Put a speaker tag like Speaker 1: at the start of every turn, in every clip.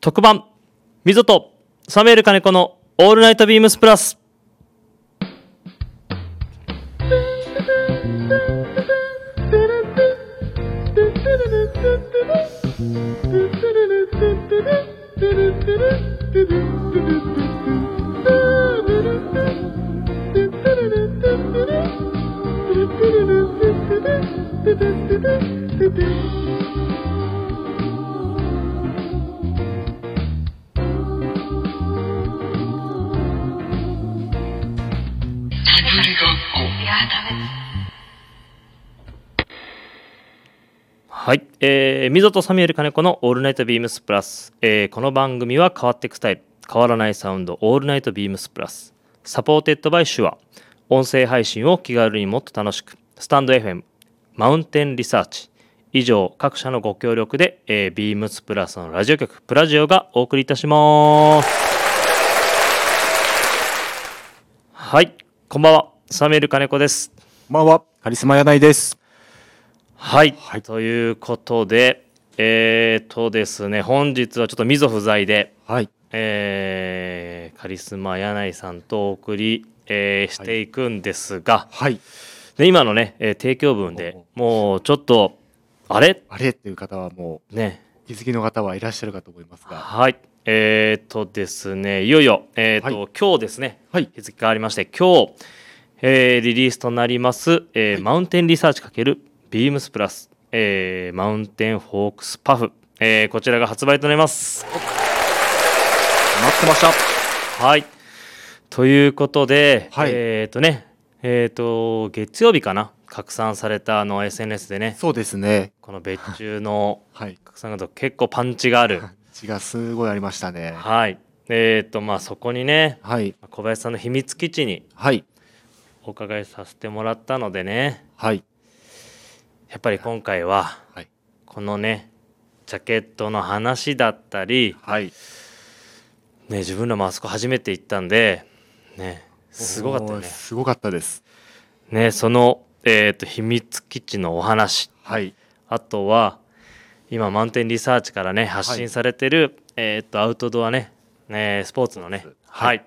Speaker 1: 特番、みぞとサメール金子のオールナイトビームスプラス。はい、えー、溝とサミュエル金子の「オールナイトビームスプラス」えーこの番組は変わっていくスタイル変わらないサウンド「オールナイトビームスプラス」サポーテッドバイシュア音声配信を気軽にもっと楽しくスタンド FM マウンテンリサーチ以上各社のご協力で、えー、ビームスプラスのラジオ局プラジオがお送りいたしますはいこんばんはサミュエル金子です
Speaker 2: こんばんは、カリスマ柳井です。
Speaker 1: はい、
Speaker 2: はい
Speaker 1: ということでえー、とですね本日はちょっとみぞ不在で、
Speaker 2: はい。
Speaker 1: えーカリスマ柳井さんとお送り、えーしていくんですが、
Speaker 2: はい。
Speaker 1: で今のね、えー提供文でもうちょっとあれ
Speaker 2: あれっていう方はも
Speaker 1: ね
Speaker 2: う、お気づきの方はいらっしゃるかと思いますが。
Speaker 1: はいえー、とですねいよいよ、えーと
Speaker 2: はい
Speaker 1: 今日ですね
Speaker 2: はい。
Speaker 1: 日付変わりまして今日、えーリリースとなります、えーマウンテンリサーチ×ビームスプラス、えーマウンテンフォークスパフ、えーこちらが発売となります。
Speaker 2: 待ってました。
Speaker 1: はいということで、
Speaker 2: はい
Speaker 1: えっ、とねえっ、と月曜日かな拡散されたあの SNS でね
Speaker 2: そうですね。
Speaker 1: この別注 の
Speaker 2: はい。
Speaker 1: 拡散が結構パンチがある
Speaker 2: 血がすごいありましたね。
Speaker 1: はいえっ、とまあそこにね
Speaker 2: はい。
Speaker 1: 小林さんの秘密基地に
Speaker 2: はい。
Speaker 1: お伺いさせてもらったのでね
Speaker 2: はい。
Speaker 1: やっぱり今回は
Speaker 2: はい。
Speaker 1: このねジャケットの話だったり、
Speaker 2: はい。
Speaker 1: ね、自分らもあそこ初めて行ったんで、ね、すごかったよ
Speaker 2: おー
Speaker 1: ね
Speaker 2: すごかったです。
Speaker 1: ねその、えー、と秘密基地のお話
Speaker 2: はい。
Speaker 1: あとは今満点リサーチからね発信されてる、えー、とアウトドアねねスポーツのね
Speaker 2: スポーツ
Speaker 1: は、
Speaker 2: はい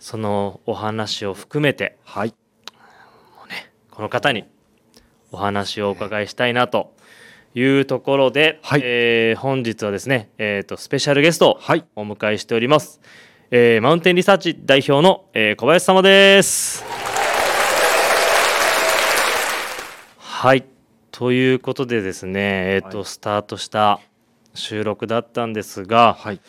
Speaker 1: そのお話を含めて
Speaker 2: はい。
Speaker 1: この方にお話をお伺いしたいなというところで、
Speaker 2: はい
Speaker 1: えー本日はですね、えー、とスペシャルゲストを
Speaker 2: はい。
Speaker 1: お迎えしております、えーマウンテンリサーチ代表の、えー小林様ですはいということでですねえっ、と、
Speaker 2: はい
Speaker 1: スタートした収録だったんですが、
Speaker 2: はい。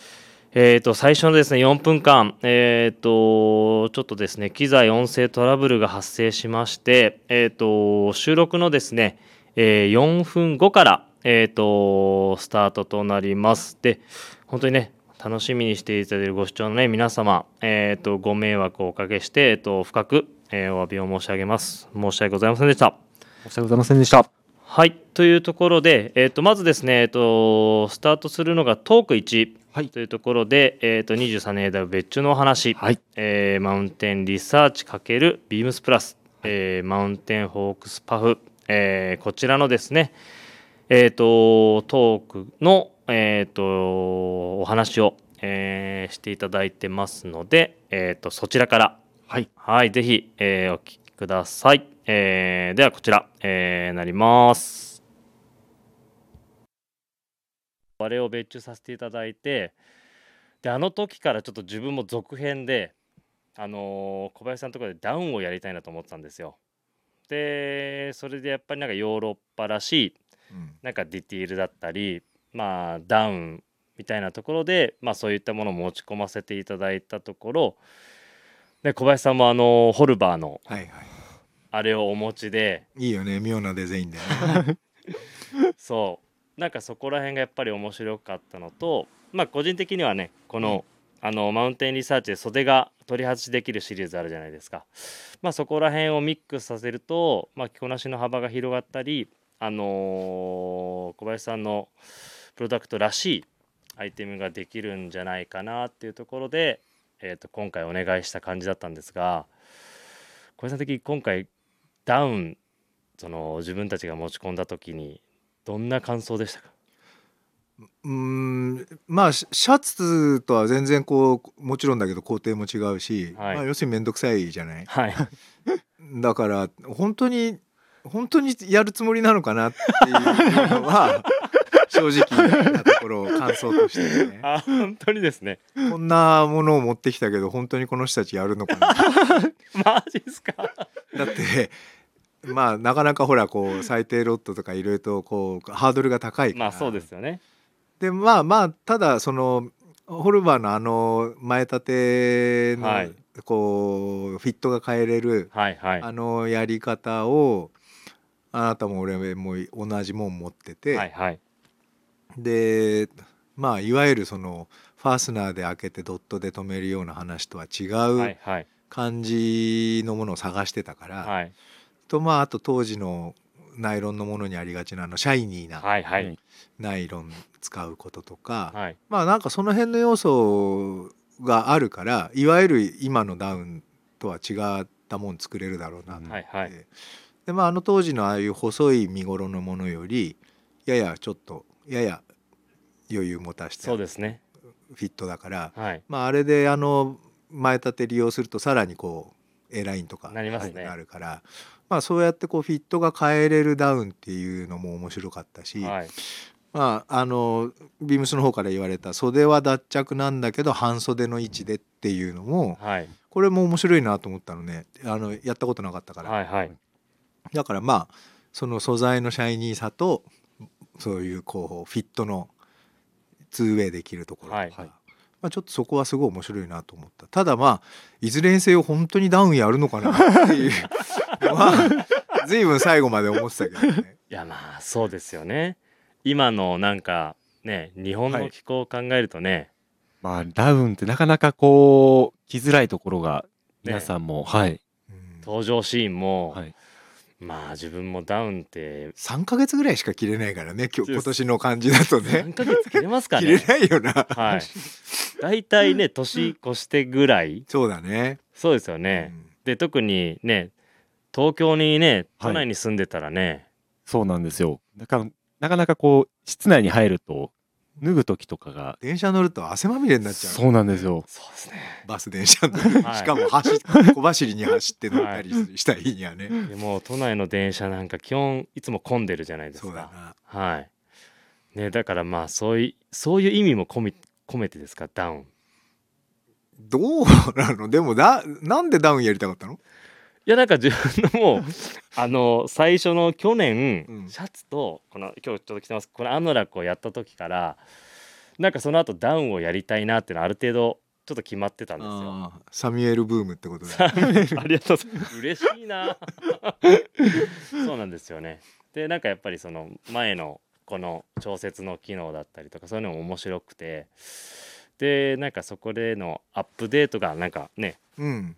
Speaker 1: えっ、と最初のですね4分間えっ、とちょっとですね機材音声トラブルが発生しましてえっ、と収録のですね、えー4分後からえっ、とスタートとなりますで本当にね楽しみにしていただいているご視聴のね皆様えっ、とご迷惑をおかけしてえっ、と深く、えーお詫びを申し上げます申し訳ございませんでした
Speaker 2: 申し訳ございませんでした。
Speaker 1: はいというところでえっ、とまずですねえっ、とスタートするのがトーク1
Speaker 2: はい
Speaker 1: と。いうところで、えー、と23年間別注のお話、
Speaker 2: はい。
Speaker 1: えーマウンテンリサーチ×ビームスプラス、えーマウンテンホークスパフ、えーこちらのですね、えー、とトークの、えー、とお話を、えーしていただいてますので、えー、とそちらから、
Speaker 2: はい。
Speaker 1: はい、ぜひ、えーお聞きください、えーではこちら、えーなりますあれを別注させていただいてであの時からちょっと自分も続編で、あのー小林さんのところでダウンをやりたいなと思ってたんですよでそれでやっぱりなんかヨーロッパらしい
Speaker 2: うん
Speaker 1: なんかディティールだったりまあダウンみたいなところで、まあ、そういったものを持ち込ませていただいたところで小林さんもあのホルバーの
Speaker 3: はいは
Speaker 1: あれをお持ちで
Speaker 3: い。いいよね、妙なデザイン でね。
Speaker 1: そうなんかそこら辺がやっぱり面白かったのとまあ個人的にはねこの,、あのマウンテンリサーチで袖が取り外しできるシリーズあるじゃないですか、まあ、そこら辺をミックスさせると、まあ、着こなしの幅が広がったり、あのー小林さんのプロダクトらしいアイテムができるんじゃないかなっていうところで、えー、と今回お願いした感じだったんですが小林さん的に今回ダウンその自分たちが持ち込んだ時にどんな感想でしたか
Speaker 3: うーんまあシシャツとは全然こうもちろんだけど工程も違うし、
Speaker 1: はい
Speaker 3: まあ、要するに面倒くさいじゃない
Speaker 1: はい
Speaker 3: だから本当に本当にやるつもりなのかなっていうの は正直なところ感想としてね
Speaker 1: あ本当にですね
Speaker 3: こんなものを持ってきたけど本当にこの人たちやるのかな
Speaker 1: マジっすか
Speaker 3: だってまあなかなかほらこう最低ロットとかいろいろとこうハードルが高いから
Speaker 1: まあそうですよね
Speaker 3: でまあまあただそのホルバーのあの前立ての、
Speaker 1: はい
Speaker 3: こうフィットが変えれる、
Speaker 1: はいはい
Speaker 3: あのやり方をあなたも俺も同じもん持ってて、
Speaker 1: はいはい
Speaker 3: でまあいわゆるそのファスナーで開けてドットで止めるような話とは違
Speaker 1: は
Speaker 3: う
Speaker 1: いはい
Speaker 3: 感じのものを探してたから、
Speaker 1: はい
Speaker 3: とまああと当時のナイロンのものにありがちなあのシャイニーな
Speaker 1: はいはい
Speaker 3: ナイロン使うこととか、
Speaker 1: はい
Speaker 3: まあなんかその辺の要素があるからいわゆる今のダウンとは違ったもん作れるだろうなって、
Speaker 1: はいはい
Speaker 3: でまああの当時のああいう細い身頃のものよりややちょっとやや余裕持たして
Speaker 1: そう
Speaker 3: フ
Speaker 1: ですね
Speaker 3: ィットだから
Speaker 1: はい
Speaker 3: まああれであの前立て利用するとさらにこう A ラインとか
Speaker 1: なりますね
Speaker 3: なるからまあそうやってこうフィットが変えれるダウンっていうのも面白かったし、
Speaker 1: はい
Speaker 3: まあ、あのビームスの方から言われた袖は脱着なんだけど半袖の位置でっていうのも
Speaker 1: はい
Speaker 3: これも面白いなと思ったのねあのやったことなかったから、
Speaker 1: はいはい
Speaker 3: だからまあその素材のシャイニーさとそういうこうフィットの 2way できるところとか、
Speaker 1: はい
Speaker 2: はい
Speaker 3: まあ、ちょっとそこはすごい面白いなと思ったただまあいずれにせよ本当にダウンやるのかなっ ていうのは随分最後まで思ってたけどね。
Speaker 1: いやまあそうですよね今のなんかね日本
Speaker 3: は
Speaker 1: の
Speaker 3: い
Speaker 1: 気候を考えるとね、
Speaker 2: まあ、ダウンってなかなかこう、来づらいところが、皆さんも、はい。
Speaker 3: うん
Speaker 1: 登場シーンも、
Speaker 2: はい。
Speaker 1: まあ自分もダウンって
Speaker 3: 3ヶ月ぐらいしか着れないからね
Speaker 1: そうで
Speaker 3: 今日
Speaker 1: す
Speaker 3: 今年の感じだとね
Speaker 1: 何ヶ月切れますか
Speaker 3: 着れ
Speaker 1: ね
Speaker 3: ないよな、
Speaker 1: はい大体ね年越してぐらい
Speaker 3: そうだね
Speaker 1: そうですよね、で特にね東京にね都内に住んでたらね、
Speaker 2: そうなんですよ。だから、なかなかこう、室内に入ると、脱ぐ時とかが、
Speaker 3: 電車乗ると汗まみれになっちゃう
Speaker 2: そうなんですよ。
Speaker 1: そうですね
Speaker 3: バス電車の、
Speaker 1: はい
Speaker 3: しかも走っ小走りに走って乗ったりした日にはね、
Speaker 1: でも都内の電車なんか基本いつも混んでるじゃないです
Speaker 3: そうだ
Speaker 1: か
Speaker 3: な
Speaker 1: はいねだからまあそういそういう意味も込み込めてですかダウン
Speaker 3: どうなのでもだなんでダウンやりたかったの
Speaker 1: いやなんか自分の もうあの最初の去年、
Speaker 3: うん
Speaker 1: シャツとこの今日ちょっと着てますこのアノラックをやった時からなんかその後ダウンをやりたいなっていうのはある程度ちょっと決まってたんですよ。
Speaker 3: あーサミュエルブームってことだ
Speaker 1: ありがとうございます嬉しいなそうなんですよね。でなんかやっぱりその前のこの調節の機能だったりとかそういうのも面白くてでなんかそこでのアップデートがなんかね
Speaker 3: うん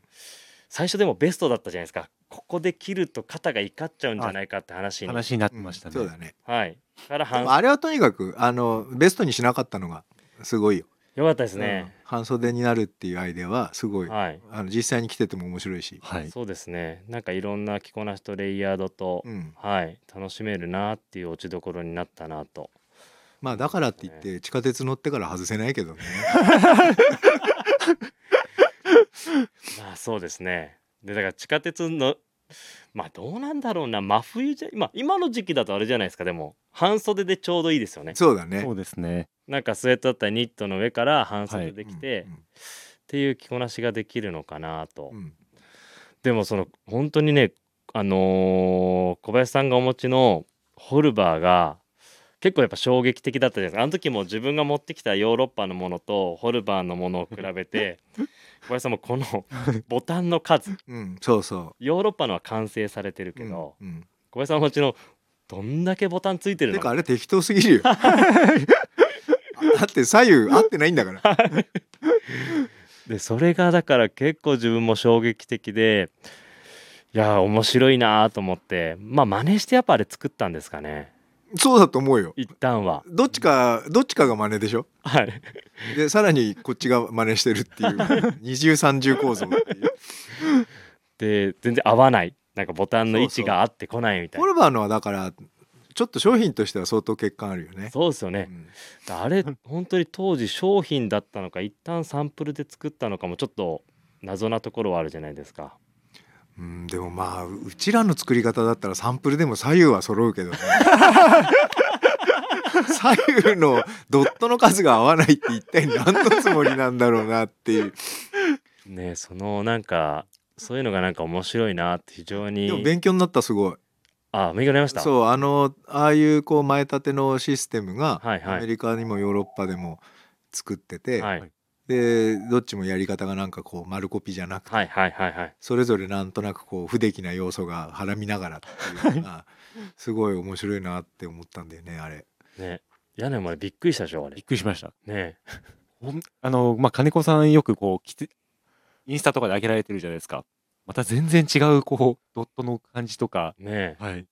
Speaker 1: 最初でもベストだったじゃないですかここで切ると肩が怒っちゃうんじゃないかって話に
Speaker 2: 話になって
Speaker 3: うん
Speaker 2: ましたね。
Speaker 3: そうだね
Speaker 1: はいから
Speaker 3: で
Speaker 1: 半
Speaker 3: もあれはとにかくあのベストにしなかったのがすごいよ、
Speaker 1: よかったですね、
Speaker 3: うん半袖になるっていうアイデアはすごい、
Speaker 1: はい
Speaker 3: あの実際に着てても面白いし、
Speaker 2: はい。
Speaker 1: そうですねなんかいろんな着こなしとレイヤードと、
Speaker 3: うん、
Speaker 1: はい楽しめるなっていう落ちどころになったなと
Speaker 3: まあだからって言って地下鉄乗ってから外せないけ どね
Speaker 1: まあそうですねでだから地下鉄のまあどうなんだろうな真冬じゃ今今の時期だとあれじゃないですかでも半袖でちょうどいいですよね
Speaker 3: そうだね
Speaker 2: そうですね。
Speaker 1: なんかスウェットだったりニットの上から半
Speaker 2: は
Speaker 1: 袖
Speaker 2: い
Speaker 1: できて、っていう着こなしができるのかなと、
Speaker 3: うんうん
Speaker 1: でもその本当にねあのー小林さんがお持ちのホルバーが結構やっぱ衝撃的だったじゃないですかあの時も自分が持ってきたヨーロッパのものとホルバーのものを比べて小林さんもこのボタンの数
Speaker 3: うん、うんそうそう
Speaker 1: ヨーロッパのは完成されてるけど、
Speaker 3: うんうん
Speaker 1: 小林さんお持ちのどんだけボタンついてる
Speaker 3: て
Speaker 1: の
Speaker 3: かあれ適当すぎる よ だって左右合ってないんだから
Speaker 1: でそれがだから結構自分も衝撃的でいやー面白いなーと思ってまあ真似してやっぱあれ作ったんですかね
Speaker 3: そうだと思うよ
Speaker 1: 一旦は
Speaker 3: どっちかどっちかが真似でしょ
Speaker 1: はい
Speaker 3: でさらにこっちが真似してるっていう 二重三重構造っていう
Speaker 1: で全然合わないなんかボタンの位置が合ってこないみたい
Speaker 3: ホ
Speaker 1: な
Speaker 3: ルバーのはだからちょっと商品としては相当欠陥あるよね。
Speaker 1: そうですよ
Speaker 3: う
Speaker 1: ね、
Speaker 3: ん
Speaker 1: あれ本当に当時商品だったのか一旦サンプルで作ったのかもちょっと謎なところはあるじゃないですか
Speaker 3: うん、でもまあうちらの作り方だったらサンプルでも左右は揃うけど ね左右のドットの数が合わないって一体何のつもりなんだろうなって いう
Speaker 1: ねそのなんかそういうのがなんか面白いなって非常
Speaker 3: でも
Speaker 1: に
Speaker 3: 勉強になったすごい
Speaker 1: あ勉強になりました
Speaker 3: そうあのああいうこう前立てのシステムが
Speaker 1: はいはい
Speaker 3: アメリカにもヨーロッパでも作ってて、
Speaker 1: はい、
Speaker 2: はい
Speaker 3: でどっちもやり方がなんかこう丸コピじゃなくて、
Speaker 1: はいはいはいはい
Speaker 3: それぞれなんとなくこう不出来な要素がはらみながらっていうのがすごい面白いなって思ったんだよねあれ。
Speaker 1: ね屋根までびっくりしたでしょあ
Speaker 2: び
Speaker 1: れ
Speaker 2: っくりしました。
Speaker 1: ね
Speaker 2: ほんあの、まあ、金子さんよくこう、きつインスタとかで上げられてるじゃないですか。また全然違う、こう、ドットの感じとか。
Speaker 1: ね
Speaker 2: はい。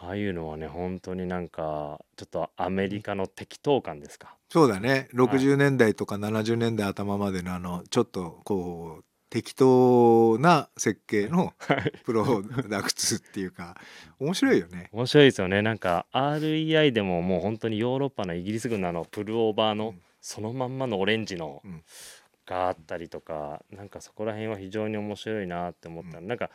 Speaker 1: ああいうのはね本当になんかちょっとアメリカの適当感ですか
Speaker 3: そうだね
Speaker 1: い
Speaker 3: 60年代とか70年代頭までのあのちょっとこう適当な設計の
Speaker 1: はい
Speaker 3: プロダクツっていう か面白いよね。
Speaker 1: 面白いですよねなんか REI でももう本当にヨーロッパのイギリス軍のあのプルオーバー
Speaker 3: う
Speaker 1: の
Speaker 3: ん
Speaker 1: そのまんまのオレンジの
Speaker 3: うん
Speaker 1: があったりとかなんかそこら辺は非常に面白いなって思った、
Speaker 3: う
Speaker 1: なんか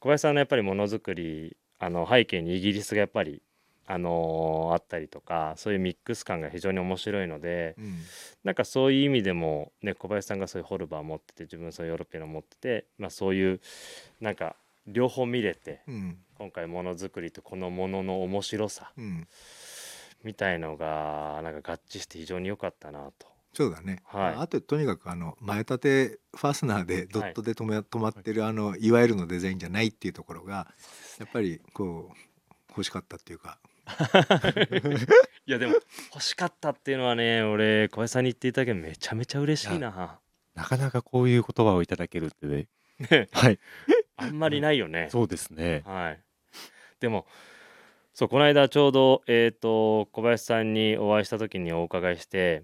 Speaker 1: 小林さんのやっぱりものづくりあの背景にイギリスがやっぱり、あのーあったりとかそういうミックス感が非常に面白いので
Speaker 3: うん
Speaker 1: なんかそういう意味でも、ね、小林さんがそういうホルバー持ってて自分そういうヨーロッピアの持ってて、まあ、そういうなんか両方見れて
Speaker 3: うん
Speaker 1: 今回ものづくりとこのものの面白さ
Speaker 3: うん、
Speaker 1: みたいのがなんか合致して非常に良かったなと。
Speaker 3: そうだね、
Speaker 1: はい
Speaker 3: あととにかくあの前立てファスナーでドットで止め、止まってるあのいわゆるのデザインじゃないっていうところがやっぱりこう欲しかったっていうか
Speaker 1: いやでも 欲しかったっていうのはね俺小林さんに言っていただけどめちゃめちゃ嬉しいな
Speaker 2: なかなかこういう言葉をいただけるってね。
Speaker 1: ね
Speaker 2: はい。
Speaker 1: あんまりないよね
Speaker 2: そうですね。
Speaker 1: はいでもそうこの間ちょうどえっ、と小林さんにお会いした時にお伺いして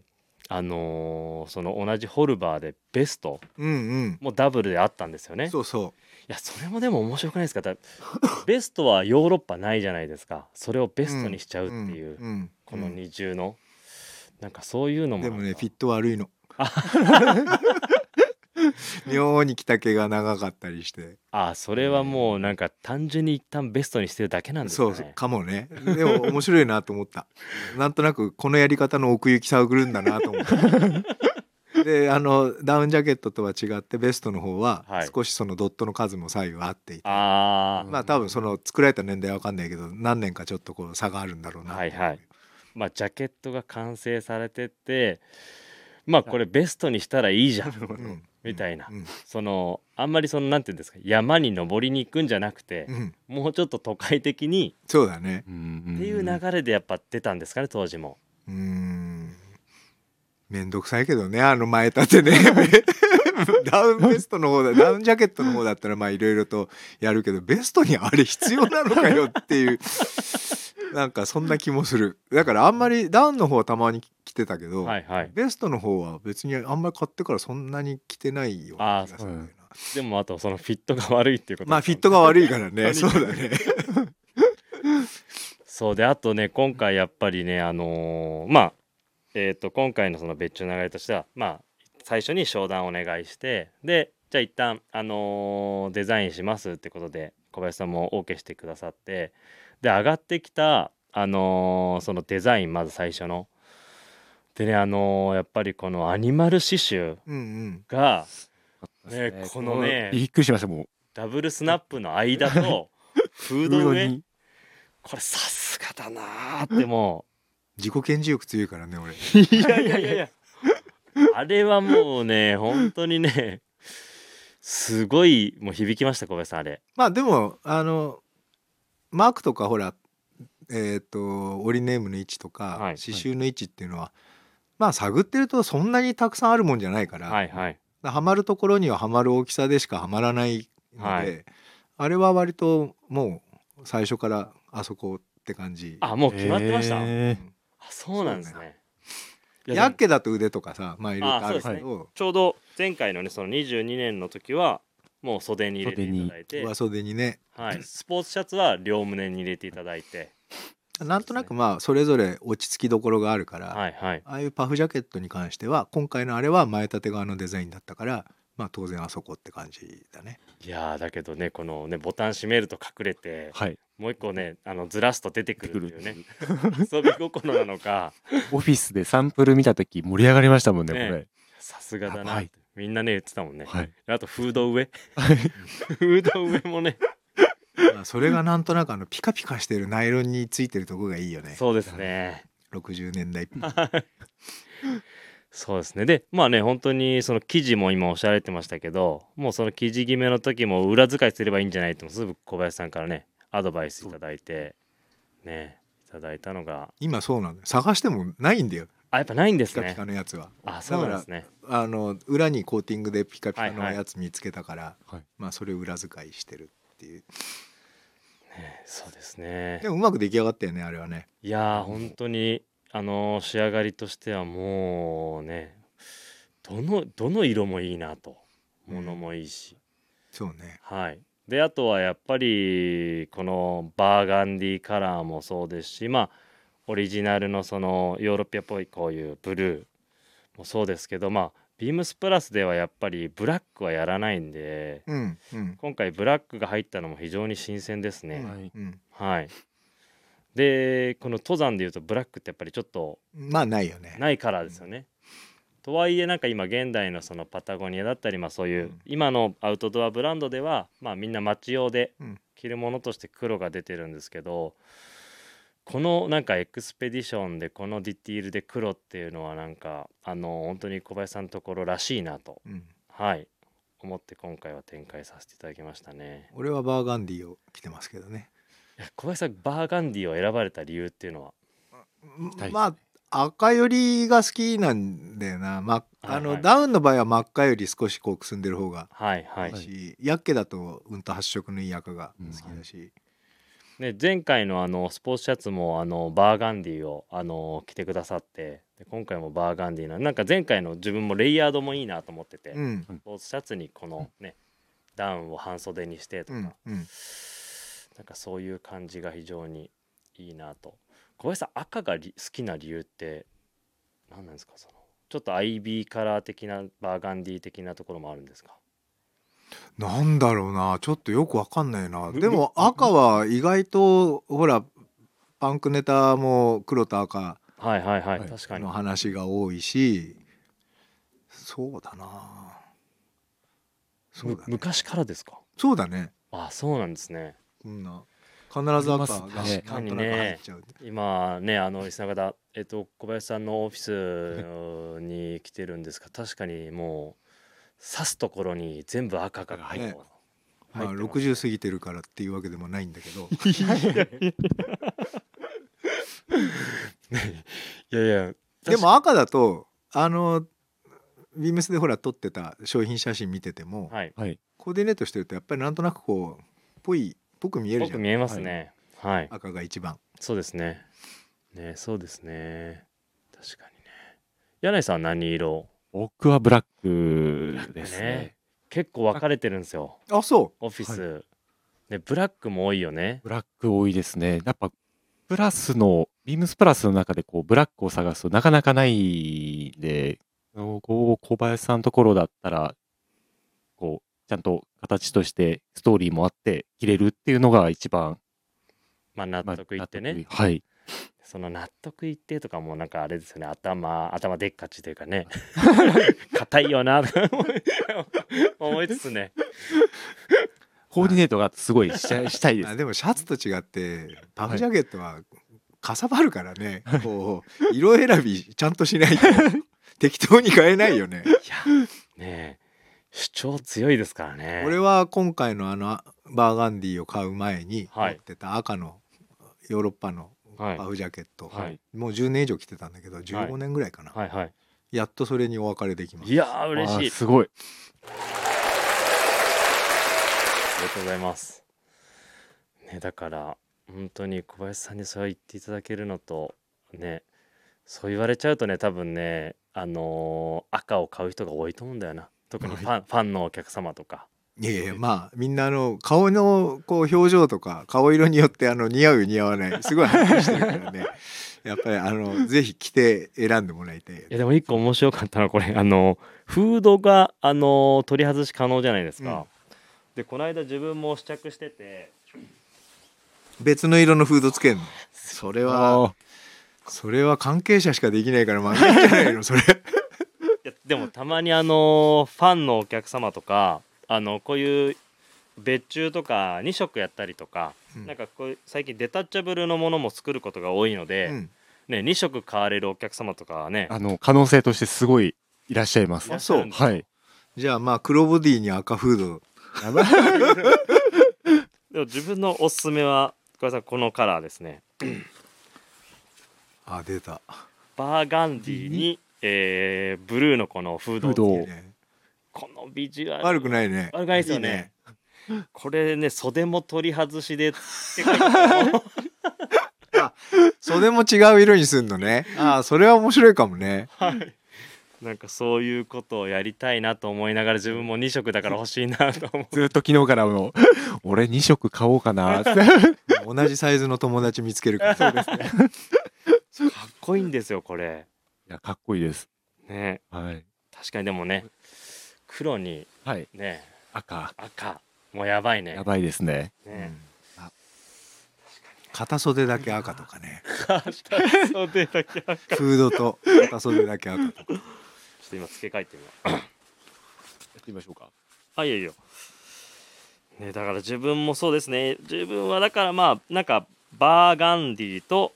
Speaker 1: あのーその同じホルバーでベスト
Speaker 3: うん
Speaker 1: もダブルであったんですよ
Speaker 3: う
Speaker 1: ね
Speaker 3: んそうそ
Speaker 1: いやそれもでも面白くないですかだベストはヨーロッパないじゃないですかそれをベ
Speaker 3: う
Speaker 1: ストにしちゃうっていう、
Speaker 3: んうん
Speaker 1: この二重の、なんかそういうのも
Speaker 3: でも
Speaker 1: な
Speaker 3: ね
Speaker 1: んか
Speaker 3: フィット悪いの 妙に着丈が長かったりして
Speaker 1: あそれはもうなんか単純に一旦ベストにしてるだけなんですか
Speaker 3: そ
Speaker 1: ね
Speaker 3: うそうかもねでも面白いなと思った なんとなくこのやり方の奥行き探るんだなと 思ったであのダウンジャケットとは違ってベストの方は
Speaker 1: はい
Speaker 3: 少しそのドットの数も左右合っていて、
Speaker 1: あー、
Speaker 3: まあ多分その作られた年代は分かんないけど何年かちょっとこう差があるんだろうな
Speaker 1: はいはいまあジャケットが完成されてってまあこれベストにしたらいいじゃん
Speaker 3: うん
Speaker 1: みたいな
Speaker 3: うん
Speaker 1: そのあんまりそのなんていうんですか山に登りに行くんじゃなくて
Speaker 3: う、ん
Speaker 1: もうちょっと都会的に
Speaker 3: そうだね
Speaker 2: うん
Speaker 1: っていう流れでやっぱ出たんですかね当時も。
Speaker 3: うーんめんどくさいけどねあの前立てね ダウンベストの方 だダウンジャケットの方だったらまあいろいろとやるけどベストにあれ必要なのかよって いうなんかそんな気もするだからあんまりダウンの方はたまに着てたけど、
Speaker 1: はいはい、
Speaker 3: ベストの方は別にあんまり買ってからそんなに着てないような気がするんだよな
Speaker 1: でもあとそのフィットが悪いっていうことですもんね
Speaker 3: まあフィットが悪いからねそ
Speaker 2: 本
Speaker 3: うだね
Speaker 1: そうであとね今回やっぱりねあのーまあえっ、と今回のその別注の流れとしてはまあ最初に商談お願いしてでじゃあ一旦あのーデザインしますってことで小林さんも OK してくださってで上がってきたあのーそのデザインまず最初のでねあのーやっぱりこのアニマル刺繍
Speaker 3: うんうん
Speaker 1: が
Speaker 2: です
Speaker 1: ねこのね
Speaker 2: びっくりしました、もう。
Speaker 1: ダブルスナップの間 とフード
Speaker 2: フ
Speaker 1: の
Speaker 2: ード
Speaker 1: 上
Speaker 2: に
Speaker 1: これさすがだなーってもう
Speaker 3: 自己顕示欲強いからね 俺
Speaker 1: いやいやいやいやあれはもうね本当にねすごいもう響きました小林さんあれ
Speaker 3: まあでもあのマークとかほらえっ、と折りネームの位置とか、
Speaker 1: はい
Speaker 3: 刺繍の位置っていうのはまあ探ってるとそんなにたくさんあるもんじゃないから、
Speaker 1: はいはい
Speaker 3: はまるところにははまる大きさでしかはまらないので、
Speaker 1: はい
Speaker 3: あれは割ともう最初からあそこって感じ。
Speaker 1: あもう決まってました、
Speaker 2: へー
Speaker 1: あそうなんですねい
Speaker 3: や
Speaker 1: や
Speaker 3: っけだと腕とかさまあいろいろあるけ
Speaker 1: あそう
Speaker 2: です
Speaker 3: ど、
Speaker 1: ちょうど前回のねその22年の時はもう袖に入れていただいて
Speaker 3: 上、袖にね
Speaker 1: はい、スポーツシャツは両胸に入れていただいて
Speaker 3: なんとなくまあそれぞれ落ち着きどころがあるから、
Speaker 1: はいはい
Speaker 3: ああいうパフジャケットに関しては今回のあれは前立て側のデザインだったからまあ当然あそこって感じだね。
Speaker 1: いやーだけどねこのねボタン閉めると隠れて
Speaker 2: はい。
Speaker 1: もう一個ねあのずらすと出てく
Speaker 2: 出てく
Speaker 1: る
Speaker 2: る
Speaker 1: っていうね遊び心なのか
Speaker 2: オフィスでサンプル見た時盛り上がりましたもんね、
Speaker 1: ね
Speaker 2: これ。
Speaker 1: さすがだ
Speaker 2: やば
Speaker 1: ないみんなね言ってたもんね、
Speaker 2: はい。
Speaker 1: あとフード上フード上もね
Speaker 3: まあそれがなんとなくあのピカピカしてるナイロンについてるとこがいいよね。
Speaker 1: そうですね
Speaker 3: 60年代。
Speaker 1: そうですねでまあね本当にその記事も今おっしゃられてましたけどもうその記事決めの時も裏使いすればいいんじゃないってもすぐ小林さんからねアドバイスいただいてねいただいたのが
Speaker 3: 今そうなんだよ。探してもないんだよ。
Speaker 1: あやっぱないんで
Speaker 3: ピ
Speaker 1: す
Speaker 3: カピ
Speaker 1: ね
Speaker 3: カのやつは。
Speaker 1: あそうなんですね
Speaker 3: あの裏にコーティングでピカピカの
Speaker 1: はいはい
Speaker 3: やつ見つけたから、
Speaker 2: はい
Speaker 3: まあそれ裏使いしてるっていう。
Speaker 1: そうですね
Speaker 3: でもうまく出来上がったよねあれはね。
Speaker 1: いやー本当にあのー仕上がりとしてはもうねどのどの色もいいなと物もいいし、
Speaker 3: そうね。
Speaker 1: はいであとはやっぱりこのバーガンディカラーもそうですしまあオリジナルのそのヨーロピアっぽいこういうブルーもそうですけどまあビームスプラスではやっぱりブラックはやらないんで
Speaker 3: うんうん。
Speaker 1: 今回ブラックが入ったのも非常に新鮮ですね。
Speaker 2: はい
Speaker 3: うん
Speaker 1: はい、でこの登山でいうとブラックってやっぱりちょっと
Speaker 3: まあないよね。
Speaker 1: ないカラーですよね。とはいえなんか今現代のそのパタゴニアだったりまあそういう
Speaker 3: うん
Speaker 1: 今のアウトドアブランドではまあみんな街用で
Speaker 3: うん
Speaker 1: 着るものとして黒が出てるんですけどこのなんかエクスペディションでこのディティールで黒っていうのはなんかあの本当に小林さんのところらしいなと
Speaker 3: うん。
Speaker 1: はい思って今回は展開させていただきましたね。
Speaker 3: 俺はバーガンディを着てますけどね。
Speaker 1: いや小林さんバーガンディを選ばれた理由っていうのは
Speaker 2: たいですね
Speaker 3: まあ赤よりが好きなんだよな、まあ、あの、
Speaker 1: はいはい
Speaker 3: ダウンの場合は真っ赤より少しこうくすんでる方が
Speaker 1: はいはい
Speaker 3: いいし、ヤッケだとうんと発色のいい赤が好きだし、
Speaker 1: ね、前回のあのスポーツシャツもあのバーガンディをあの着てくださってで今回もバーガンディななんか前回の自分もレイヤードもいいなと思ってて、
Speaker 3: うんうん
Speaker 1: スポーツシャツにこのね、ダウンを半袖にしてと
Speaker 3: う
Speaker 1: か、
Speaker 3: ん
Speaker 1: なんかそういう感じが非常にいいなと小林さん赤がり好きな理由って何なんですかそのちょっと IB カラー的なバーガンディ的なところもあるんですか
Speaker 3: なんだろうなちょっとよくわかんないな
Speaker 2: ぶ
Speaker 3: でも赤は意外とほらパンクネタも黒と赤
Speaker 1: はいはいはい、
Speaker 2: はい
Speaker 1: 確かに
Speaker 3: の話が多いしそうだなそう
Speaker 1: む
Speaker 3: だね
Speaker 1: 昔からですか
Speaker 3: そうだね
Speaker 1: あそうなんですね
Speaker 3: こんな必ず赤
Speaker 2: あり
Speaker 3: がな
Speaker 2: ま
Speaker 3: ん
Speaker 2: すね
Speaker 3: となく入っちゃう、
Speaker 1: 今ねあのリスナー方、えっと、小林さんのオフィスに来てるんですが確かにもう刺すところに全部赤が入って
Speaker 3: ね
Speaker 1: 入
Speaker 3: ま
Speaker 1: っ
Speaker 3: あ
Speaker 1: てます
Speaker 3: 60過ぎてるからっていうわけでもないんだ けど
Speaker 1: いやいや
Speaker 3: でも赤だとあのビームスでほら撮ってた商品写真見てても、
Speaker 1: はい
Speaker 2: はい。
Speaker 3: コーディネートしてるとやっぱりなんとなくこうぽいぽく見えるじ
Speaker 1: 僕
Speaker 3: ゃ
Speaker 1: 見
Speaker 3: ん
Speaker 1: えますねはい、
Speaker 3: 赤が一番
Speaker 1: そうですねねそうですね確かにね柳井さん何色
Speaker 2: 僕はブラックです
Speaker 1: ね
Speaker 2: ね。
Speaker 1: 結構分かれてるんですよ
Speaker 3: あそ
Speaker 1: オフィス、ねブラックも多いよね
Speaker 2: ブラック多いですね。やっぱ、プラスの、ビームスプラスの中でこう、ブラックを探すとなかなかないんで、あのこう小林さんのところだったら、こう、ちゃんと形としてストーリーもあって、切れるっていうのが一番、
Speaker 1: まあ納
Speaker 2: まあ
Speaker 1: 得いってね、
Speaker 2: 納得はい。
Speaker 1: その納得いってとかもなんかあれですよね頭頭でっかちというかね 硬いよな とか思い思いつつね
Speaker 2: コーディネートがすごいしちゃしたいうです
Speaker 3: あ。でもシャツと違ってパフジャケットはかさばるからね、こう色選びちゃんとしない と適当に買えないよね
Speaker 1: ねえ主張強いですからね
Speaker 3: 俺は今回のあのバーガンディを買う前に持
Speaker 1: はい
Speaker 3: ってた赤のヨーロッパの
Speaker 1: は
Speaker 3: パ
Speaker 1: い
Speaker 3: フジャケット、
Speaker 1: はい
Speaker 3: もう10年以上着てたんだけど15年ぐらいかな、
Speaker 1: はいはい
Speaker 3: やっとそれにお別れできま
Speaker 1: い
Speaker 3: す
Speaker 1: やー 嬉しいあ
Speaker 2: わ
Speaker 1: り
Speaker 2: あすごい。
Speaker 1: がとうございますねだから本当に小林さんにそう言っていただけるのとねそう言われちゃうとね多分ねあのー赤を買う人が多いと思うんだよな特にファン,、ファンのお客様とか
Speaker 3: いやいやまあみんなあの顔のこう表情とか顔色によってあの似合う似合わないすごいはっきりしてるか らねやっぱりあのぜひ着て選んでもらいたい
Speaker 1: いやでも一個面白かったのはこれあのフードがあの取り外し可能じゃないですか、でこの間自分も試着してて
Speaker 3: 別の色のフードつけんのそれは
Speaker 2: あ
Speaker 3: それは関係者しかできないからまあいいんじゃないのそれ
Speaker 1: いやでもたまにあのファンのお客様とかあのこういう別注とか2色やったりとか、
Speaker 3: うん
Speaker 1: なんかこういう最近デタッチャブルのものも作ることが多いので、
Speaker 3: うん
Speaker 1: ね、2色買われるお客様とかはね
Speaker 2: あの可能性としてすごいいらっしゃいます
Speaker 1: いらっしゃるんですよ
Speaker 2: はい
Speaker 3: じゃあまあ黒ボディに赤フード
Speaker 1: でも自分のおすすめは福田さんこのカラーですね
Speaker 3: あ出た
Speaker 1: バーガンディーに、えーブルーのこのフード
Speaker 2: フード
Speaker 3: い
Speaker 2: お
Speaker 3: いね
Speaker 1: このビジュアル
Speaker 3: 悪くないね
Speaker 1: 悪くないですよね
Speaker 3: い
Speaker 1: これね袖も取り外しで
Speaker 3: 袖も違う色にすんのねああそれは面白いかもね
Speaker 1: なんかそういうことをやりたいなと思いながら自分も2色だから欲しいなと思う
Speaker 2: ずっと昨日からの 俺2色買おう かな
Speaker 3: 同じサイズの友達見つけるからそうですね
Speaker 1: かっこいいんですよこれ
Speaker 2: いやかっこいいです
Speaker 1: ね
Speaker 2: はい、
Speaker 1: 確かにでもね黒に
Speaker 2: はい、
Speaker 1: ね
Speaker 2: 赤
Speaker 1: 赤もうやばいね
Speaker 2: やばいですね
Speaker 1: ね、
Speaker 3: あ片袖だけ赤とかね
Speaker 1: 片 袖だけ赤ちょっ
Speaker 3: フードと片袖だけ赤とか
Speaker 1: と今付け替えてみよう
Speaker 2: やってみましょうか
Speaker 1: あいいよいいよ、ね、だから自分もそうですね自分はだからまあなんかバーガンディーと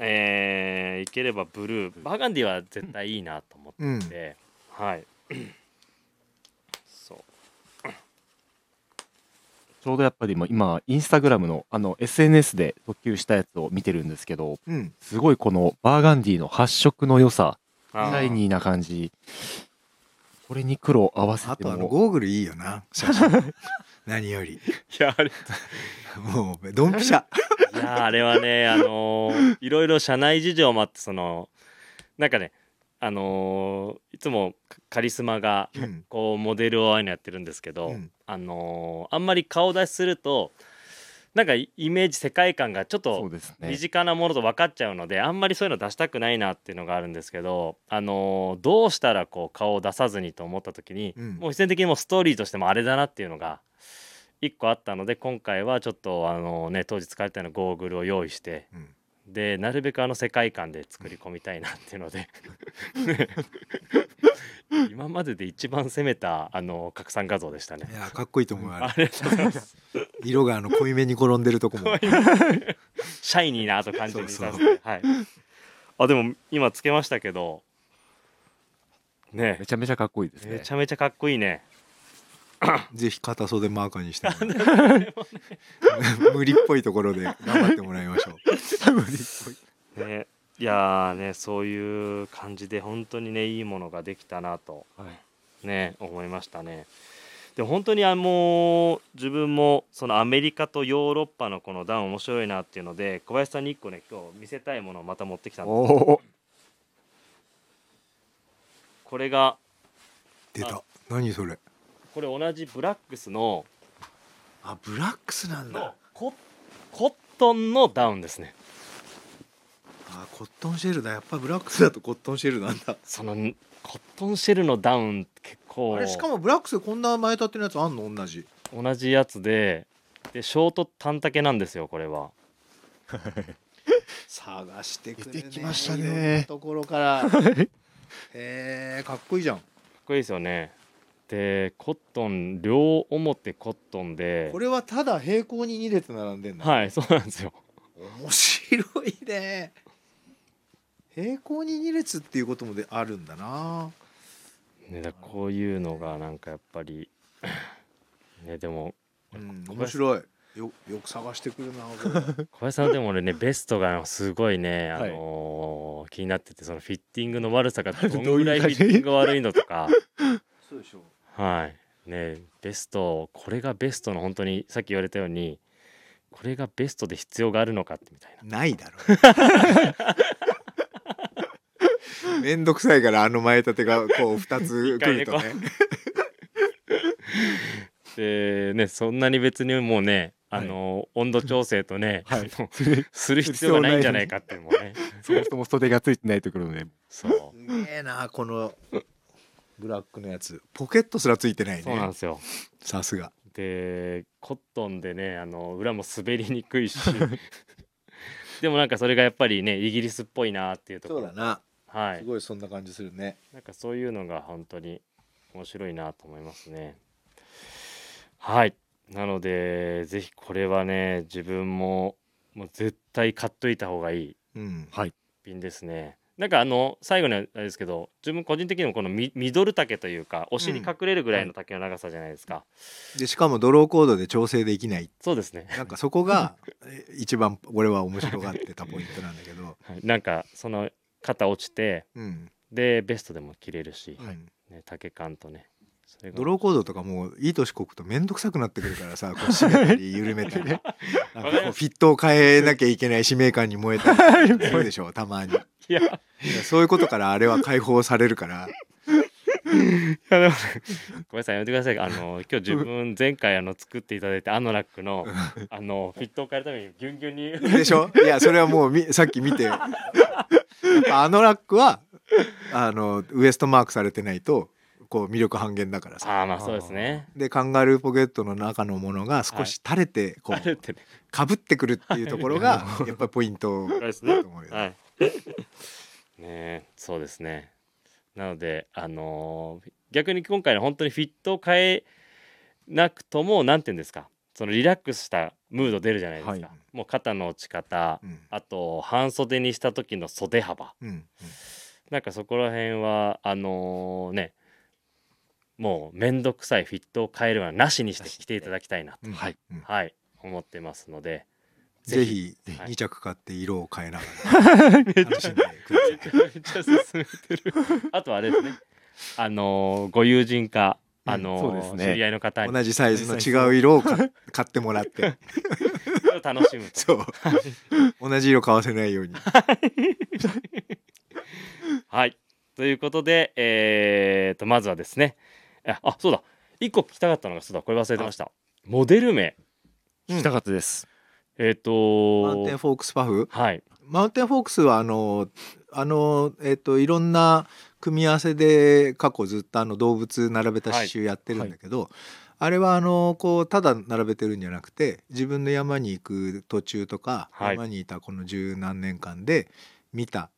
Speaker 1: えー、いければブルーバーガンディーは絶対いいなと思
Speaker 3: うん
Speaker 1: って、はいそう
Speaker 2: ちょうどやっぱり今今インスタグラムのあの SNS で特急したやつを見てるんですけど
Speaker 3: うん
Speaker 2: すごいこのバーガンディの発色の良さシ
Speaker 1: あー
Speaker 2: ャイニーな感じこれに黒合わせ
Speaker 3: あ
Speaker 2: て
Speaker 3: とあの
Speaker 2: も
Speaker 3: ゴーグルいいよな写真何よ
Speaker 1: い
Speaker 3: り
Speaker 1: やあれ
Speaker 3: もうドンピシャ
Speaker 1: いやあれはねあのーいろいろ社内事情もあってそのなんかねあのーいつもカリスマが
Speaker 3: うん
Speaker 1: こうモデルをああいうのやってるんですけど、
Speaker 3: うん
Speaker 1: あのーあんまり顔出しするとなんかイメージ世界観がちょっ
Speaker 2: そう
Speaker 1: と
Speaker 2: ですね
Speaker 1: 身近なものと分かっちゃうのであんまりそういうの出したくないなっていうのがあるんですけど、あのーどうしたらこう顔を出さずにと思った時に、
Speaker 3: うん
Speaker 1: もう必然的にもうストーリーとしてもあれだなっていうのが1個あったので今回はちょっと、あのーね、当時使われたようなゴーグルを用意して
Speaker 3: うん
Speaker 1: でなるべくあの世界観で作り込みたいなっていうの で ね今までで一番攻めたあの拡散画像でしたね
Speaker 3: い。やかっこいいと思うあ
Speaker 1: あ
Speaker 3: れ
Speaker 1: りがとうございます。
Speaker 3: 色があの濃いめに転んでるとこも
Speaker 1: シャイニーなと感じに
Speaker 3: そ
Speaker 1: さ
Speaker 3: うそ
Speaker 1: せ
Speaker 3: う
Speaker 1: て、はい。あでも今つけましたけど、ね
Speaker 2: めちゃめちゃかっこいいです
Speaker 1: えめ
Speaker 2: ね
Speaker 1: ちゃめちゃかっこいいね。
Speaker 3: ぜひ片袖マーカーにしてもら う無理っぽいところで頑張ってもらいましょう
Speaker 1: ねいやーねそういう感じで本当にねいいものができたなと
Speaker 2: はい
Speaker 1: ね思いましたね。で本当にあの自分もそのアメリカとヨーロッパのこの段面白いなっていうので小林さんに一個ね今日見せたいものをまた持ってきたんです
Speaker 2: おお
Speaker 1: これが
Speaker 3: 出た何それ
Speaker 1: これ同じブラックスの
Speaker 3: あブラックスなん
Speaker 1: のココットンのダウンですね
Speaker 3: あコットンシェルだやっぱブラックスだとコットンシェルなんだ
Speaker 1: そのコットンシェルのダウンって結構
Speaker 3: あれしかもブラックスこんな前立てのやつあんの同じ
Speaker 1: 同じやつででショート短丈なんですよこれは
Speaker 3: 探してくれ、ね、
Speaker 2: 出てきましたね
Speaker 3: いろんなところから へえかっこいいじゃん
Speaker 1: かっこいいですよねでコットン両表コットンで
Speaker 3: これはただ平行に2列並んでんだ
Speaker 1: はいそうなんですよ
Speaker 3: 面白いね平行に2列っていうこともであるんだな
Speaker 1: ね、だこういうのがなんかやっぱり ねでも
Speaker 3: うん
Speaker 1: 小林
Speaker 3: 面白いよよく探してくるなこれ
Speaker 1: 小林さんでも俺ね ベストがすごいね、あ
Speaker 2: はい
Speaker 1: のー気になっててそのフィッティングの悪さがどん
Speaker 2: どう
Speaker 1: ぐ
Speaker 2: いう
Speaker 1: らいフィッ
Speaker 2: 感じ
Speaker 1: ティングが悪いのとか
Speaker 3: そうでしょ
Speaker 1: はいねベストこれがベストの本当にさっき言われたようにこれがベストで必要があるのかってみたいな
Speaker 3: ないだろう めんどくさいからあの前立てがこう2つ来るとね
Speaker 1: でねそんなに別にもうねあの、温度調整とね、
Speaker 2: はい
Speaker 1: あの する必要がないんじゃないかっていうのもね
Speaker 2: そもそも袖がついてないところで、
Speaker 1: そ
Speaker 3: すげえなこのブラックのやつポケットすらついて
Speaker 1: う
Speaker 3: な い
Speaker 1: そうなん
Speaker 3: ね
Speaker 1: ですよ
Speaker 3: さすが
Speaker 1: でコットンでねあの裏も滑りにくいしでもなんかそれがやっぱりねイギリスっぽいなっていうとこ
Speaker 3: そ
Speaker 1: ろ
Speaker 3: うだな
Speaker 1: は
Speaker 3: す
Speaker 1: い
Speaker 3: ごいそんな感じするね
Speaker 1: なんかそういうのが本当に面白いなと思いますねはいなのでぜひこれはね自分ももう絶対買っといた方がいい
Speaker 3: うん
Speaker 1: ピンですねなんかあの最後にあれですけど自分個人的にもこのミミドル丈というかお尻
Speaker 3: うん
Speaker 1: 隠れるぐらいの丈の長さじゃないですか、
Speaker 3: でしかもドローコードで調整できない
Speaker 1: そうですね
Speaker 3: なんかそこがえ一番俺は面白がってたポイントなんだけど
Speaker 1: はいなんかその肩落ちて
Speaker 3: うん、
Speaker 1: でベストでも着れるし、
Speaker 3: うん
Speaker 1: ね、丈感とねそれが
Speaker 3: ドローコードとかもういい年こくと面倒くさくなってくるからさこう締めた り緩めたりなんかこ
Speaker 1: わかり
Speaker 3: う
Speaker 1: ます
Speaker 3: フィットを変えなきゃいけない使命感に燃えたりするでしょたまに
Speaker 1: いや
Speaker 3: そういうことからあれは解放されるから
Speaker 1: いやでもねごめんなさいやめてくださいあの今日自分前回あの作っていただいたアノラックのあのフィットを変えるためにギュンギュンに
Speaker 3: でしょいやそれはもうみさっき見てやっぱあのラックはあのウエストマークされてないとこう魅力半減だからさ
Speaker 1: ああまあそうですね
Speaker 3: でカンガルーポケットの中のものが少し垂れてこ
Speaker 1: あ
Speaker 3: う
Speaker 1: れってね
Speaker 3: かぶってくるっていうところ がやっぱりポイント
Speaker 1: そうですね
Speaker 3: だと思うよ、
Speaker 1: はいねえそうですねなのであのー逆に今回の本当にフィットを変えなくともなんて言うんですかそのリラックスしたムード出るじゃないですか、
Speaker 2: は
Speaker 1: もう肩の落ち方
Speaker 3: うん
Speaker 1: あと半袖にした時の袖幅
Speaker 3: うんうん
Speaker 1: なんかそこら辺はあのーねもう面倒くさいフィットを変えるはなしにして来ていただきたいなと
Speaker 3: うん
Speaker 2: はい
Speaker 3: うん
Speaker 1: はい思ってますので
Speaker 3: ぜひ
Speaker 1: ぜひ
Speaker 3: 2着買って色を変えながら楽しんでください。
Speaker 1: めっちゃ進めてる あとはあれですねあのーご友人かあ
Speaker 2: うん
Speaker 1: のー
Speaker 2: そうですね
Speaker 1: 知り合いの方に
Speaker 3: 同じサイズの違う色を買買ってもらって
Speaker 1: 楽しむと
Speaker 3: そう同じ色買わせないように
Speaker 1: はいということでえー、とまずはですねああそうだ一個聞きたかったのがそうだこれ忘れてましたモデル名
Speaker 2: 聞きたかったです。
Speaker 1: えっ、と
Speaker 3: マウンテンフォークスパフ
Speaker 1: はい
Speaker 3: マウンテンフォークスはあのあのえっ、といろんな組み合わせで過去ずっとあの動物並べた刺繍やってるんだけど、あれはあのこうただ並べてるんじゃなくて自分の山に行く途中とか、
Speaker 1: はい
Speaker 3: 山にいたこの十何年間で見た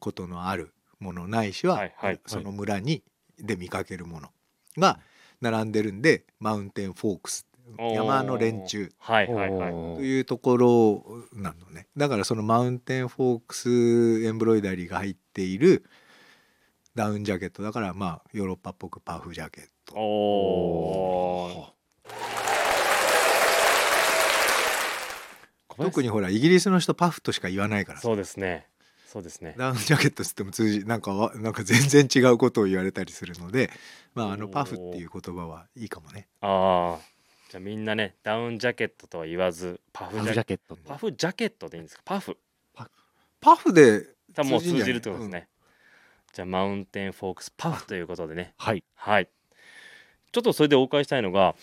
Speaker 3: ことのあるものないしは、
Speaker 1: はいはい
Speaker 3: その村にで見かけるものが並んでるんでマウンテンフォークス
Speaker 1: おー
Speaker 3: 山の連中
Speaker 1: はいはいはい
Speaker 2: おー
Speaker 3: というところなのねだからそのマウンテンフォークスエンブロイダリーが入っているダウンジャケットだからまあヨーロッパっぽくパフジャケット
Speaker 1: おおー
Speaker 3: 特にほらイギリスの人パフとしか言わないから
Speaker 1: そうですねそうですね
Speaker 3: ダウンジャケットっつっても通じなんかわなんか全然違うことを言われたりするのでまああの
Speaker 1: おー
Speaker 3: パフっていう言葉はいいかもね
Speaker 1: ああじゃあみんなねダウンジャケットとは言わずパフ
Speaker 2: パ
Speaker 1: ジ
Speaker 2: フ
Speaker 1: ャ
Speaker 2: ジ
Speaker 1: ケッ
Speaker 2: ャ
Speaker 1: ト
Speaker 2: ケット。
Speaker 1: パフジャケットでいいんですかパフ
Speaker 3: パフで
Speaker 1: 多分もう
Speaker 3: 通じん
Speaker 1: 通
Speaker 3: じゃない
Speaker 1: じるってことですね、じゃあマウンテンフォークスパフということでね
Speaker 2: はい。
Speaker 1: はいちょっとそれでお伺いしたいのが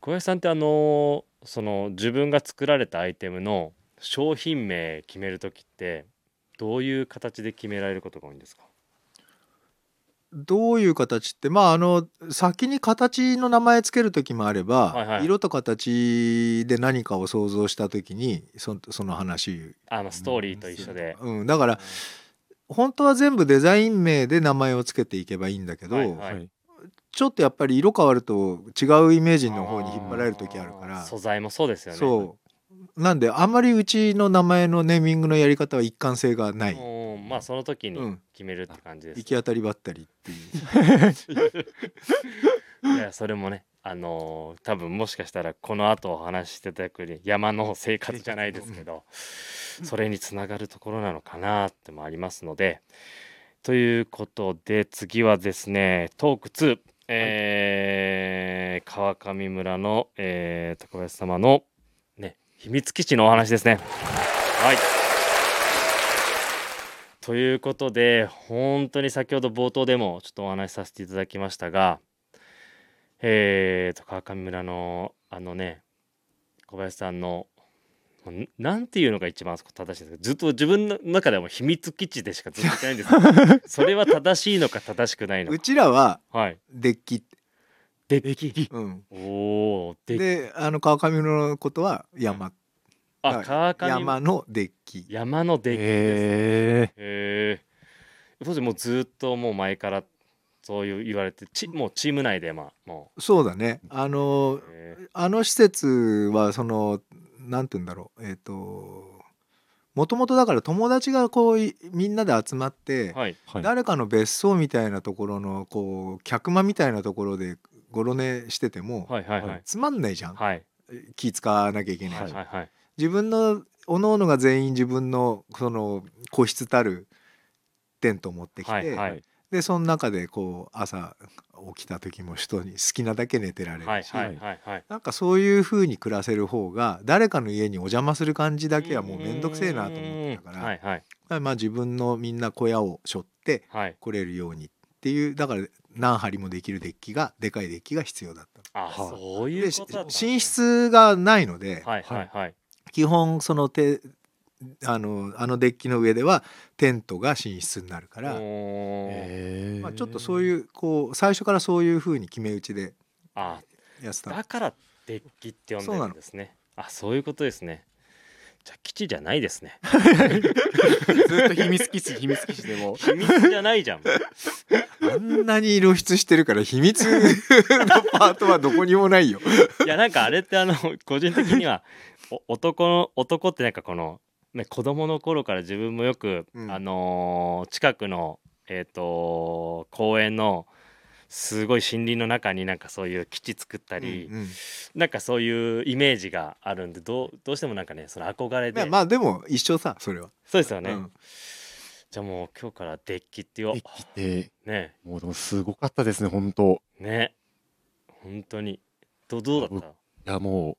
Speaker 1: 小林さんってあのーその自分が作られたアイテムの商品名決める時ってどういう形で決められることが多いんですか
Speaker 3: どういう形ってまああの先に形の名前つける時もあれば、
Speaker 1: はいはい
Speaker 3: 色と形で何かを想像した時にそその話
Speaker 1: あのストーリーと一緒で、
Speaker 3: うん、だから本当は全部デザイン名で名前をつけていけばいいんだけど、
Speaker 1: はいはい
Speaker 2: はい。
Speaker 3: ちょっとやっぱり色変わると違うイメージの方に引っ張られる時あるから
Speaker 1: 素材もそうですよね
Speaker 3: そうなんであんまりうちの名前のネーミングのやり方は一貫性がない、
Speaker 1: もうまあその時
Speaker 3: う
Speaker 1: に
Speaker 3: ん
Speaker 1: 決めるって感じです、
Speaker 3: 行き当たりばったりっていう。
Speaker 1: いやそれもねあのー多分もしかしたらこの後お話ししてたくに山の生活じゃないですけどそれにつながるところなのかなってもありますのでということで次はですねトーク2、えー川上村の、えー、高林様の、ね、秘密基地のお話ですね。はいということで本当に先ほど冒頭でもちょっとお話しさせていただきましたがえーと川上村のあのね小林さんのもうんなんていうのが一番あそこ正しいんですかずっと自分の中ではもう秘密基地でしかずっと言ってないんですけどそれは正しいのか正しくないの
Speaker 3: う
Speaker 1: か
Speaker 3: ちらは
Speaker 1: はい
Speaker 3: デッキ、
Speaker 1: デッキ
Speaker 3: うん、
Speaker 1: おおーデッキ
Speaker 3: であの川上村のことは山
Speaker 1: あ川上山
Speaker 3: 山のデッキ
Speaker 1: のデッキですね
Speaker 2: え
Speaker 1: へえ当時もうずっともう前からそういう言われてちもうチーム内でまあも
Speaker 3: そうだねあの
Speaker 1: う、え
Speaker 3: あの施設はそのなんて言うんだろうえっ、ともともとだから友達がこういみんなで集まって、
Speaker 1: ーはい
Speaker 2: ーはい、
Speaker 3: 誰かの別荘みたいなところのこう客間みたいなところでゴロ寝してても、
Speaker 1: はいはいはい
Speaker 3: つまんないじゃん、
Speaker 1: はい
Speaker 3: 気使わなきゃいけないし、
Speaker 1: はいはいはい
Speaker 3: 自分のおのおのが全員自分のその個室たるテントを持ってきて、
Speaker 1: はいはい
Speaker 3: でその中でこう朝起きた時も人に好きなだけ寝てられるし、
Speaker 1: はいはいはいはい
Speaker 3: なんかそういう風に暮らせる方が誰かの家にお邪魔する感じだけはもう面倒くせえなと思ってたから、
Speaker 1: うんはいはい
Speaker 3: まあ自分のみんな小屋を背負って
Speaker 1: はい
Speaker 3: 来れるようにっていうだから何張りもできるデッキがでかいデッキが必要だった。
Speaker 1: あ
Speaker 2: はい
Speaker 1: そういう
Speaker 3: で
Speaker 1: ことだったんですね
Speaker 3: 寝室がないので、
Speaker 1: はいはいはい
Speaker 3: 基本そのてあのあのデッキの上ではテントが寝室になるから、
Speaker 1: おー
Speaker 2: えー
Speaker 3: まあ、ちょっとそういうこう最初からそういう風に決め打ちで
Speaker 1: あ
Speaker 3: やってたの
Speaker 1: だからデッキって呼んでるんですねあそういうことですねじゃあ基地じゃないですね
Speaker 2: ずっと秘密基地秘密基地で も
Speaker 1: 秘密じゃないじゃん
Speaker 3: あんなに露出してるから秘密のパートはどこにもないよ。
Speaker 1: いやなんかあれってあの 個人的にはお男の男ってなんかこの、ね、子供の頃から自分もよく、
Speaker 3: うん
Speaker 1: あのー近くのえっ、と公園のすごい森林の中になんかそういう基地作ったり、
Speaker 3: うんうん
Speaker 1: なんかそういうイメージがあるんでどうどうしてもなんかねその憧れ
Speaker 3: まあ
Speaker 1: で、
Speaker 3: まあでも一緒さそれは。
Speaker 1: そうですよね、
Speaker 3: うん
Speaker 1: じゃあもう今日からデッキってよ
Speaker 2: できて
Speaker 1: ね
Speaker 2: もうでもすごかったですね本当
Speaker 1: ね本当にどどうだった
Speaker 2: いやも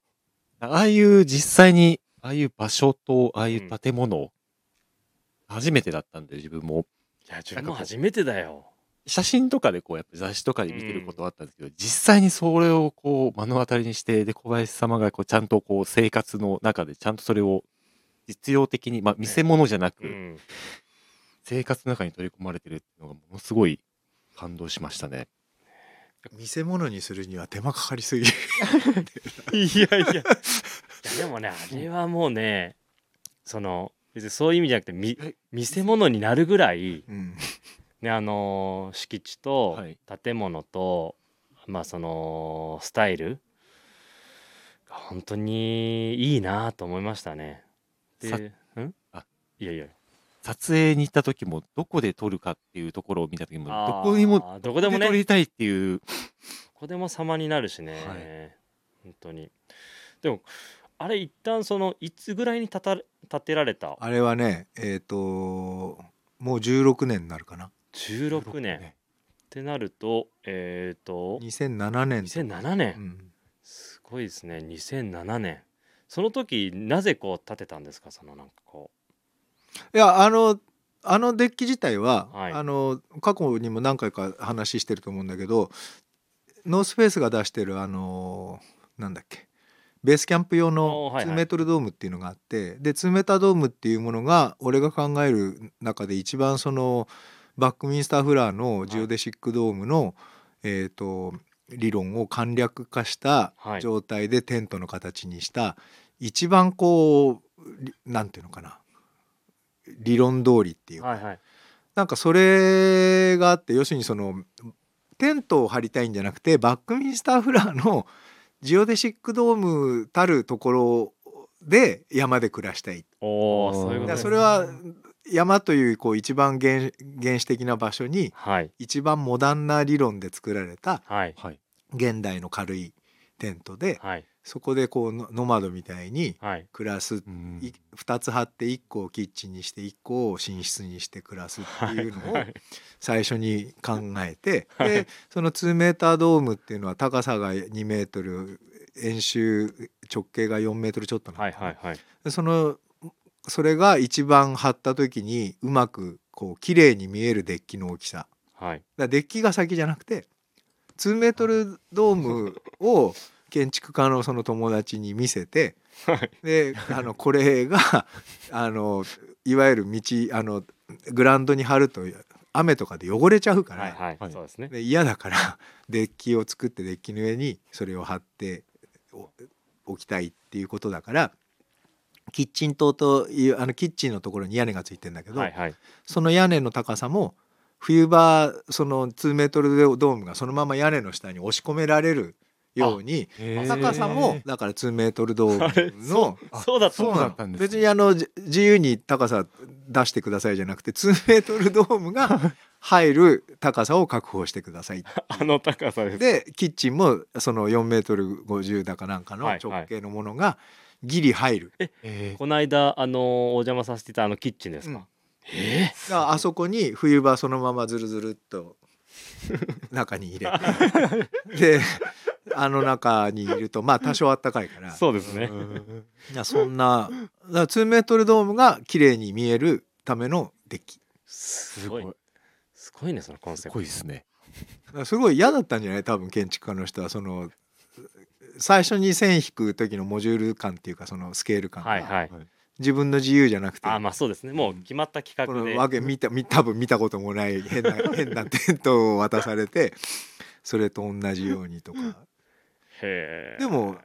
Speaker 2: うああいう実際にああいう場所とああいう建物、初めてだったんで自分も
Speaker 1: いや自分も初めてだよ
Speaker 2: 写真とかでこうやっぱ雑誌とかで見てることはあったんですけど、実際にそれをこう目の当たりにしてで小林様がこうちゃんとこう生活の中でちゃんとそれを実用的に、まあ、見せ物じゃなく、
Speaker 1: うん
Speaker 2: 生活の中に取り込まれてるっていうのがものすごい感動しましたね。
Speaker 3: 見せ物にするには手間かかりすぎる。
Speaker 1: いやいやいやでもねあれはもうねその別にそういう意味じゃなくてみ
Speaker 2: はい
Speaker 1: 見せ物になるぐらい、
Speaker 3: うん
Speaker 1: ねあのー敷地と
Speaker 2: はい
Speaker 1: 建物と、まあそのスタイルが本当にいいなと思いましたね。
Speaker 2: さ
Speaker 1: でうん
Speaker 2: あ
Speaker 1: いやいや
Speaker 2: 撮影に行った時もどこで撮るかっていうところを見た時も
Speaker 1: あー
Speaker 2: どこにもど
Speaker 1: どこ
Speaker 2: こ
Speaker 1: で
Speaker 2: で
Speaker 1: もね
Speaker 2: 撮りたいっていう
Speaker 1: ここでも様になるしね、本当にでもあれ一旦そのいつぐらいに建た建てられた
Speaker 3: あれはねえっ、ともう16年になるかな。
Speaker 1: 16年ってなるとえっ、と
Speaker 3: 2007年とか。
Speaker 1: 2007
Speaker 3: う
Speaker 1: 年
Speaker 3: ん
Speaker 1: すごいですね2007年その時なぜこう建てたんですかそのなんかこ
Speaker 3: いやあのあのデッキ自体は、
Speaker 1: はい
Speaker 3: あの過去にも何回か話してると思うんだけどノースフェイスが出してるあのなんだっけベースキャンプ用の
Speaker 1: おーはいはい
Speaker 3: 2メートルドームっていうのがあって、で2メータードームっていうものが俺が考える中で一番そのバックミンスター・フラーのジオデシックドームの、えー、と理論を簡略化した
Speaker 1: はい
Speaker 3: 状態でテントの形にした、一番こうりなんていうのかな理論通りっていうう、
Speaker 1: はいはい
Speaker 3: なんかそれがあって要するにそのテントを張りたいんじゃなくてバックミンスター・フラーのジオデシックドームたるところで山で暮らしたい
Speaker 1: おお
Speaker 2: おー
Speaker 1: そういう
Speaker 3: だ
Speaker 1: こと
Speaker 3: から
Speaker 1: です
Speaker 3: そ
Speaker 1: ね
Speaker 3: れは山というこう一番原原始的な場所に
Speaker 1: はい
Speaker 3: 一番モダンな理論で作られた
Speaker 1: はい
Speaker 2: はい
Speaker 3: 現代の軽いテントで
Speaker 1: はい
Speaker 3: そこでこうノノマドみたいに
Speaker 1: はい
Speaker 3: 暮らす
Speaker 2: うん
Speaker 3: い2つ張って1個をキッチンにして1個を寝室にして暮らすって
Speaker 1: はい
Speaker 3: いうのを
Speaker 1: はい
Speaker 3: 最初に考えて、
Speaker 1: はい
Speaker 3: でその2メータードームっていうのは高さが2メートル円周直径が4メートルちょっとなの
Speaker 1: はい
Speaker 3: かな
Speaker 1: はいはい
Speaker 3: でそのそれが一番張った時にうまくこう綺麗に見えるデッキの大きさだか
Speaker 1: はい
Speaker 3: らデッキが先じゃなくて2メートルドームを建築家のその友達に見せて、
Speaker 1: はい
Speaker 3: であのこれがあのいわゆる道あのグラウンドに張ると雨とかで汚れちゃうから、
Speaker 1: はいはい、
Speaker 2: はい
Speaker 1: そうですね
Speaker 3: で嫌だからデッキを作ってデッキの上にそれを貼ってお置きたいっていうことだからキッチン塔というあのキッチンのところに屋根がついてんだけど、
Speaker 1: はいはい
Speaker 3: その屋根の高さも冬場その2メートルドームがそのまま屋根の下に押し込められるように高さもだから2メートルド
Speaker 1: あれ
Speaker 3: ームの
Speaker 2: あ
Speaker 1: そうだった
Speaker 2: そう
Speaker 1: の
Speaker 2: だったんですね
Speaker 3: 別にあのじ自由に高さ出してくださいじゃなくて2メートルドームが入る高さを確保してください
Speaker 1: あの高さです
Speaker 3: でキッチンもその4メートル50だかなんかの
Speaker 1: はい
Speaker 3: 直径のものがギリ入る、
Speaker 2: えー
Speaker 1: この間あのお邪魔させていたあのキッチンですか、
Speaker 3: うん
Speaker 1: え
Speaker 3: だからあそこに冬場そのままズルズルっと中に入れ てであの中にいるとまあ多少あったかいか
Speaker 1: え
Speaker 3: ら
Speaker 1: そうですね、
Speaker 2: うん
Speaker 3: いやそんなだから2メートルドームが綺麗に見えるためのデッキ
Speaker 1: す
Speaker 2: す
Speaker 1: ご
Speaker 2: ご
Speaker 1: い
Speaker 2: い
Speaker 1: すごいねそのコンセ
Speaker 2: す
Speaker 1: プ
Speaker 2: ご
Speaker 1: ト
Speaker 2: いですね。
Speaker 3: だからすごい嫌だったんじゃない多分建築家の人はその最初に線引く時のモジュール感っていうかそのスケール感
Speaker 1: はい
Speaker 3: が
Speaker 1: はい
Speaker 3: 自分の自由じゃなくて
Speaker 1: あまあそうですねもう決まった企
Speaker 3: こ
Speaker 1: 画で
Speaker 3: のわけ見た見 多分見たこともない変な変なテントを渡されてそれと同じようにとか
Speaker 1: へえ
Speaker 3: でも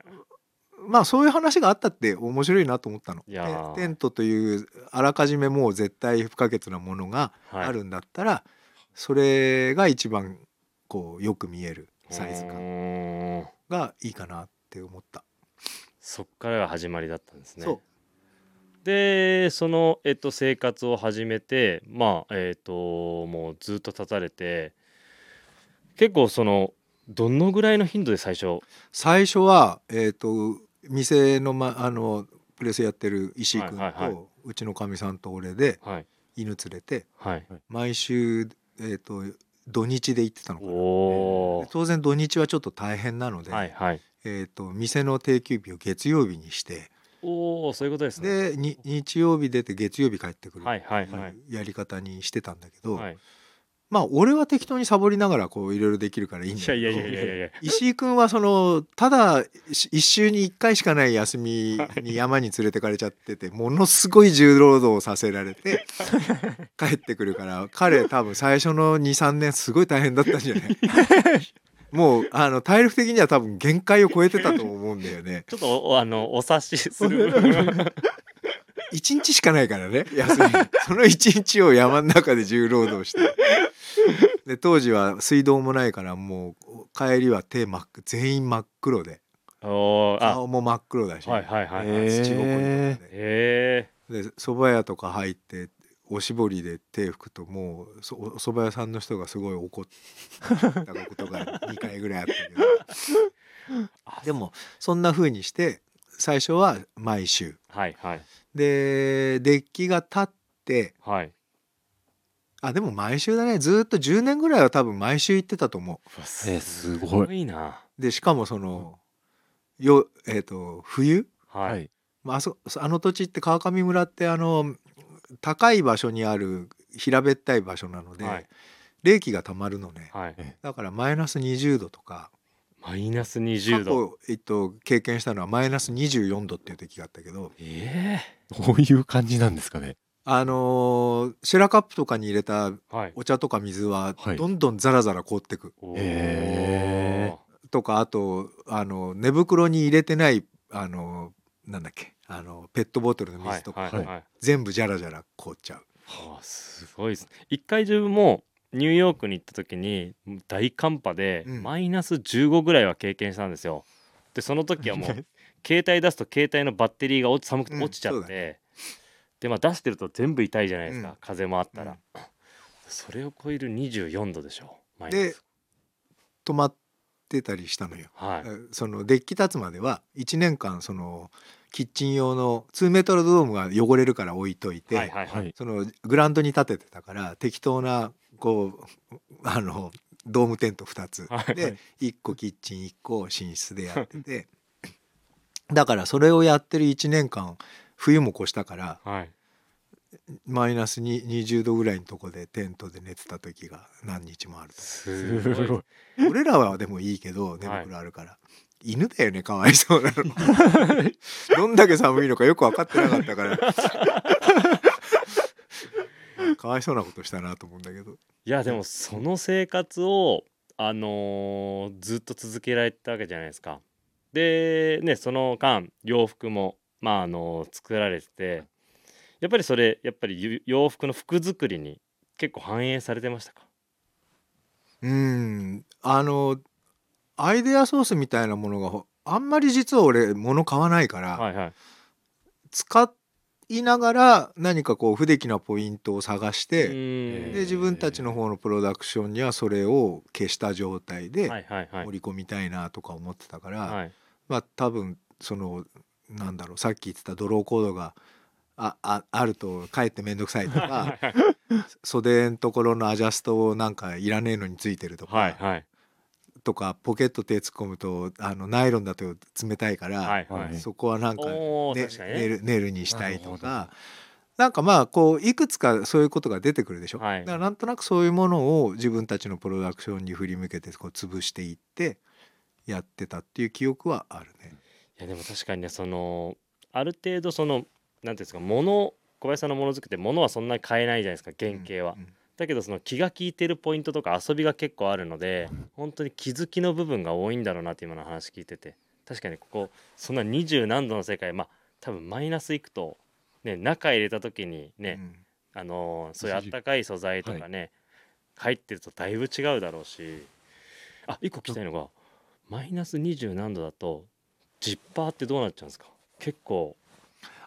Speaker 3: まあそういう話があったって面白いなと思ったの。
Speaker 1: いやー
Speaker 3: テントというあらかじめもう絶対不可欠なものが
Speaker 1: はい
Speaker 3: あるんだったら、それが一番こうよく見えるサイズ
Speaker 1: う
Speaker 3: 感
Speaker 1: ーん
Speaker 3: がいいかなって思った。
Speaker 1: そっからが始まりだったんですね
Speaker 3: そう
Speaker 1: でその、えっと、生活を始めてまあえっともうずっと立たれて結構そのどのぐらいの頻度で最初
Speaker 3: 最初は、えー、と店の,、ま、あのプレスやってる石井君と、
Speaker 1: はいはいは
Speaker 3: うちのかみさんと俺で
Speaker 1: はい
Speaker 3: 犬連れて
Speaker 1: はい
Speaker 3: 毎週、えー、と土日で行ってたのか
Speaker 1: お
Speaker 3: な
Speaker 1: お
Speaker 3: で当然土日はちょっと大変なので、
Speaker 1: はいはい
Speaker 3: えー、と店の定休日を月曜日にして
Speaker 1: おおそういうことですね
Speaker 3: でに日曜日出て月曜日帰ってくる
Speaker 1: はいはい
Speaker 3: っていう
Speaker 1: はい
Speaker 3: やり方にしてたんだけど、
Speaker 1: はい
Speaker 3: まあ俺は適当にサボりながらこういろいろできるからいいんだ
Speaker 1: い
Speaker 3: け
Speaker 1: や
Speaker 3: ど
Speaker 1: いやいやいやいや
Speaker 3: 石井君はそのただし一週に一回しかない休みに山に連れてかれちゃっててものすごい重労働をさせられ て帰ってくるから彼多分最初の23年すごい大変だったんじゃないもうあの体力的には多分限界を超えてたと思うんだよね
Speaker 1: ちょっとおあ のお察しする部分は
Speaker 3: 1日しかないからね休みその1日を山の中で重労働してで当時は水道もないからもう帰りは手真っ全員真っ黒で
Speaker 1: おーあ
Speaker 3: 顔も真っ黒だし、
Speaker 1: はいはいはいはい
Speaker 2: えー
Speaker 3: 土ぼこりとかで
Speaker 1: へ
Speaker 3: で蕎麦屋とか入っておしぼりで手拭くともうそおお蕎麦屋さんの人がすごい怒ったことが2回ぐらいあったけど
Speaker 1: ー
Speaker 3: でもそんな風にして最初は毎週
Speaker 1: はいはい
Speaker 3: でデッキが立って
Speaker 1: はい
Speaker 3: あでも毎週だねずーっと10年ぐらいは多分毎週行ってたと思
Speaker 1: え
Speaker 2: えーすごい
Speaker 1: な
Speaker 3: うでしかもそのよえっ、と冬
Speaker 1: はい、
Speaker 2: はい
Speaker 3: まああそあの土地って川上村ってあの高い場所にある平べったい場所なので、
Speaker 1: はい
Speaker 3: 冷気がたまるのね
Speaker 1: はい
Speaker 3: だからマイナス20度とか
Speaker 1: マイナス
Speaker 3: 過
Speaker 1: 20度
Speaker 3: 去、えっと、経験したのはマイナス24度っていう時があったけど、
Speaker 1: え
Speaker 2: どういう感じなんですかね。
Speaker 3: あのーシェラカップとかに入れた
Speaker 1: えはい
Speaker 3: お茶とか水は
Speaker 2: はい
Speaker 3: どんどんザラザラ凍ってく、
Speaker 1: おー
Speaker 2: え
Speaker 3: とかあとあの寝袋に入れてないあのなんだっけあのペットボトルの
Speaker 1: は
Speaker 3: 水
Speaker 1: い
Speaker 3: とか、
Speaker 1: はいはい
Speaker 3: 全部ジャラジャラ凍っちゃう。
Speaker 1: はあすごいですね一回自分もニューヨークに行った時に大寒波で
Speaker 3: うん
Speaker 1: マイナス15ぐらいは経験したんですよでその時は もう携帯出すと携帯のバッテリーが落ち寒くて
Speaker 3: うん
Speaker 1: 落ちちゃ
Speaker 3: そ
Speaker 1: っ
Speaker 3: うだ
Speaker 1: て、でまあ出してると全部痛いじゃないですか、
Speaker 3: うん
Speaker 1: 風もあったら、
Speaker 3: うん
Speaker 1: それを超える24度でしょマイナ
Speaker 3: で
Speaker 1: ス
Speaker 3: 止まってたりしたのよ。
Speaker 1: はい
Speaker 3: そのデッキ立つまでは1年間そのキッチン用の2メートルドームが汚れるから置いといて、
Speaker 1: はいはいは
Speaker 2: はいい。
Speaker 3: そのグラウンドに立ててたから適当なこうあのドームテント2つ、
Speaker 1: はい
Speaker 3: で1個キッチン1個寝室でやってて だからそれをやってる1年間冬も越したから
Speaker 1: はい
Speaker 3: マイナスに20度ぐらいのとこでテントで寝てた時が何日もあると
Speaker 1: すごい
Speaker 2: すごい
Speaker 3: 俺らはでもいいけど寝袋あるから、犬だよねかわいそうなの どんだけ寒いのかよく分かってなかったからかわいそうなことしたなと思うんだけど
Speaker 1: いやでもその生活をあのーずっと続けられたわけじゃないですか。でねその間洋服もまああのー作られててやっぱりそれやっぱりゆ洋服の服作りに結構反映されてましたか
Speaker 3: うんあのアイデアソースみたいなものがほあんまり実は俺物買わないから、
Speaker 1: はいはい
Speaker 3: 使いながら何かこう不出来なポイントを探し
Speaker 1: う
Speaker 3: て、
Speaker 1: ーん
Speaker 3: で自分たちの方のプロダクションにはそれを消した状態で
Speaker 1: はいはいはい
Speaker 3: 盛り込みたいなとか思ってたから、
Speaker 1: はい
Speaker 3: まあ多分そのなんだろうさっき言ってたドローコードがあああるとかえって面倒くさいとか袖のところのアジャストをなんかいらねえのについてるとか、
Speaker 1: はいはい
Speaker 3: とかポケット手突っ込むとあのナイロンだと冷たいから、
Speaker 1: はいはい
Speaker 3: そこはなんか,、
Speaker 1: おー
Speaker 3: ね
Speaker 1: 確かにね
Speaker 3: ネルネルにしたいと
Speaker 2: な
Speaker 3: かなんかまあこういくつかそういうことが出てくるでしょ、
Speaker 1: はい
Speaker 3: だからなんとなくそういうものを自分たちのプロダクションに振り向けてこう潰していってやってたっていう記憶はあるね。
Speaker 1: いやでも確かにねそのある程度そのなんていうんですか物小林さんのものづくって物はそんなに買えないじゃないですか原型は、
Speaker 3: うんうん
Speaker 1: だけどその気が利いてるポイントとか遊びが結構あるので本当に気づきの部分が多いんだろうなって今の話聞いてて確かにここそんな二十何度の世界まあ多分マイナスいくと、ね、中入れた時にね、あのーそういうあったかい素材とかね、入ってるとだいぶ違うだろうしあ一個聞きたいのがマイナス二十何度だとジッパーってどうなっちゃうんですか結構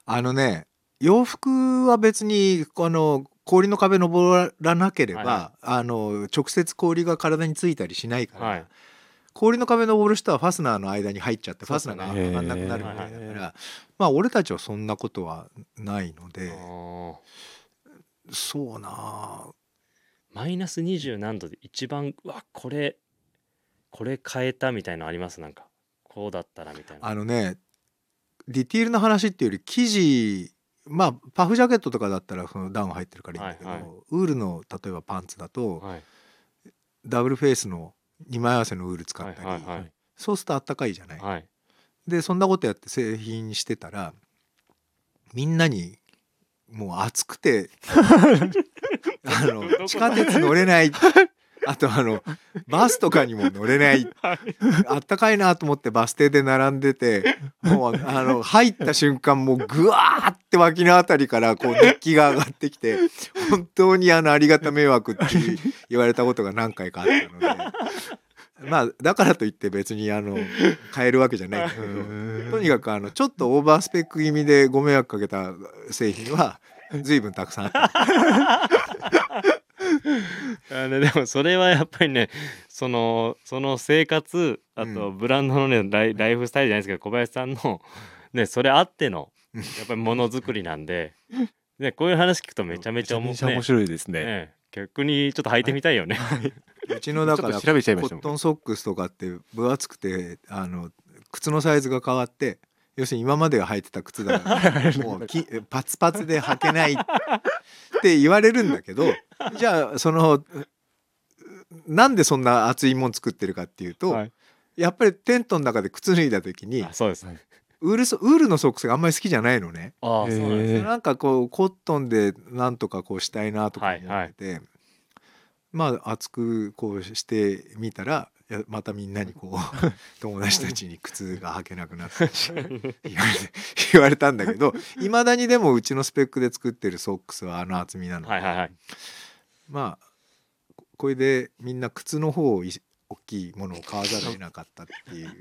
Speaker 3: あのね洋服は別にあの氷の壁登らなければ、
Speaker 1: はいは
Speaker 3: あの直接氷が体についたりしないから、
Speaker 1: はい
Speaker 3: 氷の壁登る人はファスナーの間に入っちゃってフ
Speaker 1: そう
Speaker 3: ァ
Speaker 1: です
Speaker 3: スナ
Speaker 1: ね
Speaker 3: ーが上がんなくなるみたいだ
Speaker 2: へ
Speaker 3: から
Speaker 2: ー
Speaker 3: まあ俺たちはそんなことはないの
Speaker 1: あ
Speaker 3: で
Speaker 1: ー
Speaker 3: そうなあ
Speaker 1: マイナス20何度で一番うわこれこれ変えたみたいのありますなんかこうだったらみたいな
Speaker 3: あのねディティールの話っていうより生地まあパフジャケットとかだったらそのダウン入ってるからいいんだけど、
Speaker 1: はいはい
Speaker 3: ウールの例えばパンツだと、
Speaker 1: はい
Speaker 3: ダブルフェイスの2枚合わせのウール使
Speaker 1: は
Speaker 3: っ
Speaker 1: い
Speaker 3: たり、
Speaker 1: はいはい
Speaker 3: そうするとあったかいじゃない。
Speaker 1: はい
Speaker 3: でそんなことやって製品してたらみんなにもう暑く てあ
Speaker 1: どこ
Speaker 3: の地下鉄乗れないあとあのバスとかにも乗れないあったかいなと思ってバス停で並んでてもうあの入った瞬間もうぐわーって脇のあたりからこう熱気が上がってきて本当にあのありがた迷惑って 言われたことが何回かあったので。まあだからといって別にあの変えるわけじゃないんだけどとにかくあのちょっとオーバースペック気味でご迷惑かけた製 品は随分たくさんあった
Speaker 1: あのでもそれはやっぱりねそのその生活あと
Speaker 3: う
Speaker 1: ブランドのねライライフスタイルじゃないですけど小林さんのねそれあっての
Speaker 3: うん
Speaker 1: やっぱりものづくりなんでねこういう話聞くとめちゃめちゃ面
Speaker 2: めちゃ
Speaker 1: 白い
Speaker 2: 面白いですね。
Speaker 1: ね逆にちょっと履いてみたいよね
Speaker 3: うちのだか
Speaker 2: ちょ
Speaker 3: ら
Speaker 2: っと調べちゃいま
Speaker 3: コ
Speaker 2: した
Speaker 3: ッ
Speaker 2: もん
Speaker 3: トンソックスとかって分厚くてあの靴のサイズが変わって要するに今までは履いてた靴だから もうきパツパツで履けないって言われるんだけどじゃあそのなんでそんな厚いもん作ってるかっていうと、
Speaker 1: はい
Speaker 3: やっぱりテントの中で靴脱いだ時に
Speaker 1: あそうです
Speaker 2: はい
Speaker 3: ウールソウールのソックスがあんまり好きじゃないのね。
Speaker 1: あーそうなんです
Speaker 2: へえ
Speaker 3: なんかこうコットンでなんとかこうしたいなとか思ってて、まあ厚くこうしてみたらいやまたみんなにこう 友達たちに靴が履けなくなったし言われて言われたんだけどいまだにでもうちのスペックで作ってるソックスはあの厚みなの、
Speaker 1: はいはいはい
Speaker 3: まあここれでみんな靴の方をい大きいものを買わざるを得なかったっていう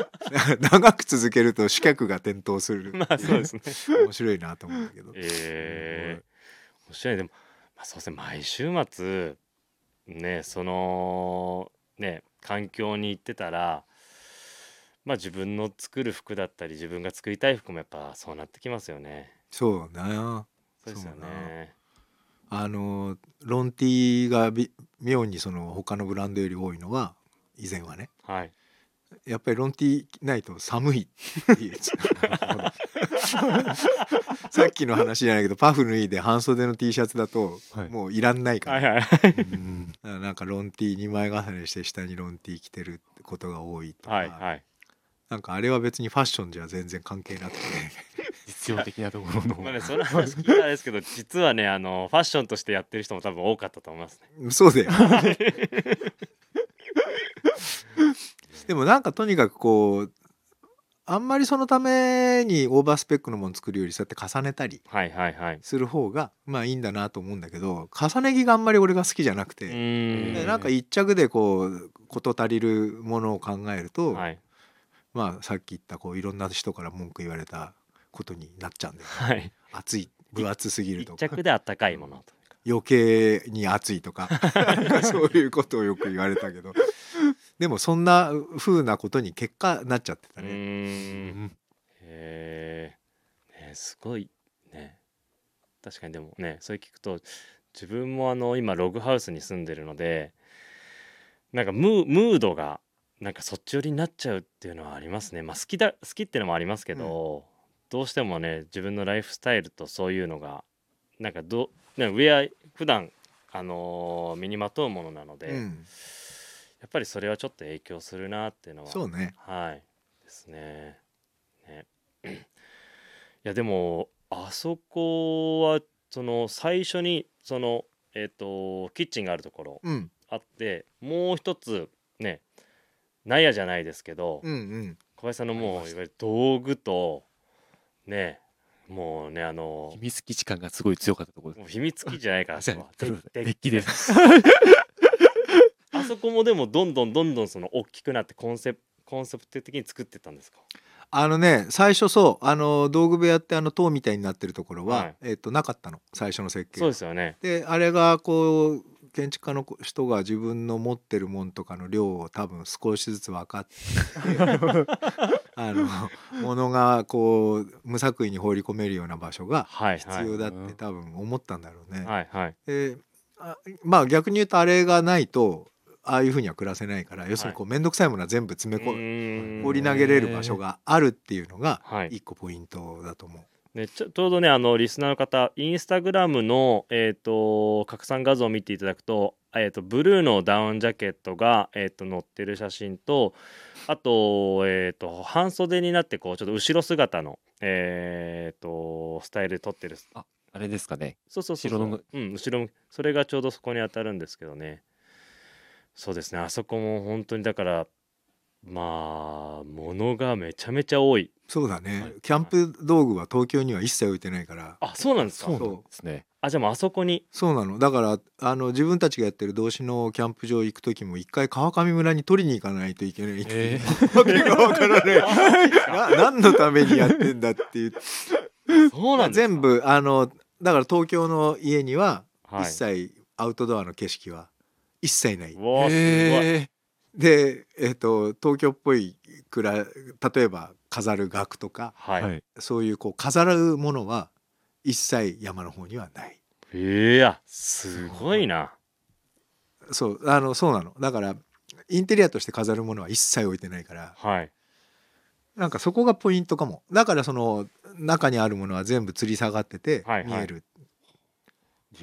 Speaker 3: 長く続けると主客が転倒するってい う
Speaker 1: まあそうですね
Speaker 3: 面白いなと思うんだけど。
Speaker 1: ええ面白いでも、まあ、そうですね毎週末ねそのね環境に行ってたらまあ自分の作る服だったり自分が作りたい服もやっぱそうなってきますよね。
Speaker 3: そうだな
Speaker 1: そうですよ
Speaker 3: そうだ
Speaker 1: ね。
Speaker 3: あのロンティがび妙にその他のブランドより多いのは以前はね
Speaker 1: はい。
Speaker 3: やっぱりロンティーないと寒いっていう さっきの話じゃないけどパフ脱いで半袖の T シャツだと
Speaker 2: はい
Speaker 3: もういらんないから、
Speaker 1: はいはいはい
Speaker 2: うん
Speaker 3: だからなんかロンティー2枚重ねして下にロンティー着てることが多いとか、
Speaker 1: はいはい
Speaker 3: なんかあれは別にファッションじゃ全然関係なくて
Speaker 2: 実用的なところの。
Speaker 1: まあねそ の話聞いたらあれですけど実はねあのファッションとしてやってる人も多分多かったと思いますね
Speaker 3: そうだよ。 でもなんかとにかくこうあんまりそのためにオーバースペックのもの作るよりそうやって重ねたり
Speaker 1: はいはいはい
Speaker 3: する方がまあいいんだなと思うんだけど重ね着があんまり俺が好きじゃなく
Speaker 1: う
Speaker 3: て、
Speaker 1: ーん
Speaker 3: でなんか一着でこう事足りるものを考えると、
Speaker 1: はい
Speaker 3: まあさっき言ったこういろんな人から文句言われたことになっちゃうんだよね
Speaker 1: はい
Speaker 3: 熱い分厚すぎると
Speaker 1: 一
Speaker 3: か
Speaker 1: 着であったかいものと
Speaker 3: 余計に暑い とかそういうことをよく言われたけどでもそんな風なことに結果なっちゃってた
Speaker 1: う
Speaker 3: ね、
Speaker 1: ーん
Speaker 2: うん
Speaker 1: へえ、ね、すごいね確かにでもねそれ聞くと自分もあの今ログハウスに住んでるのでなんかムームードがなんかそっち寄りになっちゃうっていうのはありますねまあ好きだ好きってのもありますけど、どうしてもね自分のライフスタイルとそういうのがなんかどなんかウェア普段あのー身にまとうものなので、
Speaker 3: う
Speaker 1: や
Speaker 3: ん、
Speaker 1: っぱりそれはちょっと影響するなっていうのは
Speaker 3: そうね
Speaker 1: はいですね。ね いやでもあそこはその最初にそのえっ、とキッチンがあるところ
Speaker 3: うん
Speaker 1: あってもう一つね納屋じゃないですけど、
Speaker 3: うんうん
Speaker 1: 小林さんの
Speaker 3: あり
Speaker 1: も
Speaker 3: ま
Speaker 1: う
Speaker 3: し
Speaker 1: いわゆる道具とねもうねあの
Speaker 2: 秘密基地感がすごい強かったところで
Speaker 1: もう秘密基地じゃないからあ
Speaker 2: す。
Speaker 1: そ
Speaker 2: じゃ
Speaker 1: こ
Speaker 2: あ
Speaker 1: は
Speaker 2: デ
Speaker 1: で
Speaker 2: ッキです。
Speaker 1: あそこもでもどんどんどんどんその大きくなってコンセプコンセプト的に作ってったんですか
Speaker 3: あのね最初そうあの道具部屋ってあの塔みたいになってるところは、
Speaker 1: はい
Speaker 3: えっとなかったの最初の設計
Speaker 1: そうですよね
Speaker 3: であれがこう建築家の人が自分の持ってるもんとかの量を多分少しずつ分 かってあのものがこう無作為に放り込めるような場所が
Speaker 1: はいはい
Speaker 3: 必要だって多分思ったんだろうね。
Speaker 1: はいはい
Speaker 3: であまあ逆に言うとあれがないとああいうふうには暮らせないから要するにこう面倒くさいものは全部詰め込
Speaker 1: うーん
Speaker 3: 放り投げれる場所があるっていうのが
Speaker 1: はい
Speaker 3: 一個ポイントだと思う。
Speaker 1: ね、ちょちょうどねあのリスナーの方インスタグラムの、えー、と拡散画像を見ていただくと,、えー、とブルーのダウンジャケットが、えー、と載ってる写真とあと,、えー、と半袖になってこうちょっと後ろ姿の、えー、とスタイルで撮ってる
Speaker 2: あれですかね。
Speaker 1: そうそうそうそう
Speaker 2: 後ろの
Speaker 1: うん、後ろ向きそれがちょうどそこに当たるんですけどねそうですねあそこも本当にだからまあ物がめちゃめちゃ多い
Speaker 3: そうだね、
Speaker 1: はい
Speaker 3: キャンプ道具は東京には一切置いてないから
Speaker 1: あそうなんですか
Speaker 2: そうなんですね。
Speaker 1: あじゃあもうあそこ に
Speaker 3: そうなのだからあの自分たちがやってる同志のキャンプ場行く時も一回川上村に取りに行かないといけないっていう
Speaker 2: え
Speaker 3: わけがわか らないな何のためにやってんだっていう
Speaker 1: そうなんですか
Speaker 3: 全部あのだから東京の家には
Speaker 1: はい
Speaker 3: 一切アウトドアの景色は一切ない、
Speaker 1: うわあすごい
Speaker 2: え
Speaker 3: で、えっと東京っぽいくら例えば飾る額とか
Speaker 1: はい、
Speaker 2: はい。
Speaker 3: そういうこう飾るものは一切山の方にはない。
Speaker 1: いやすごいな
Speaker 3: そうあのそうなのだからインテリアとして飾るものは一切置いてないから
Speaker 1: はい
Speaker 3: なんかそこがポイントかもだからその中にあるものは全部吊り下がってて
Speaker 1: はい
Speaker 3: 見
Speaker 1: はい
Speaker 3: える
Speaker 1: い
Speaker 3: っ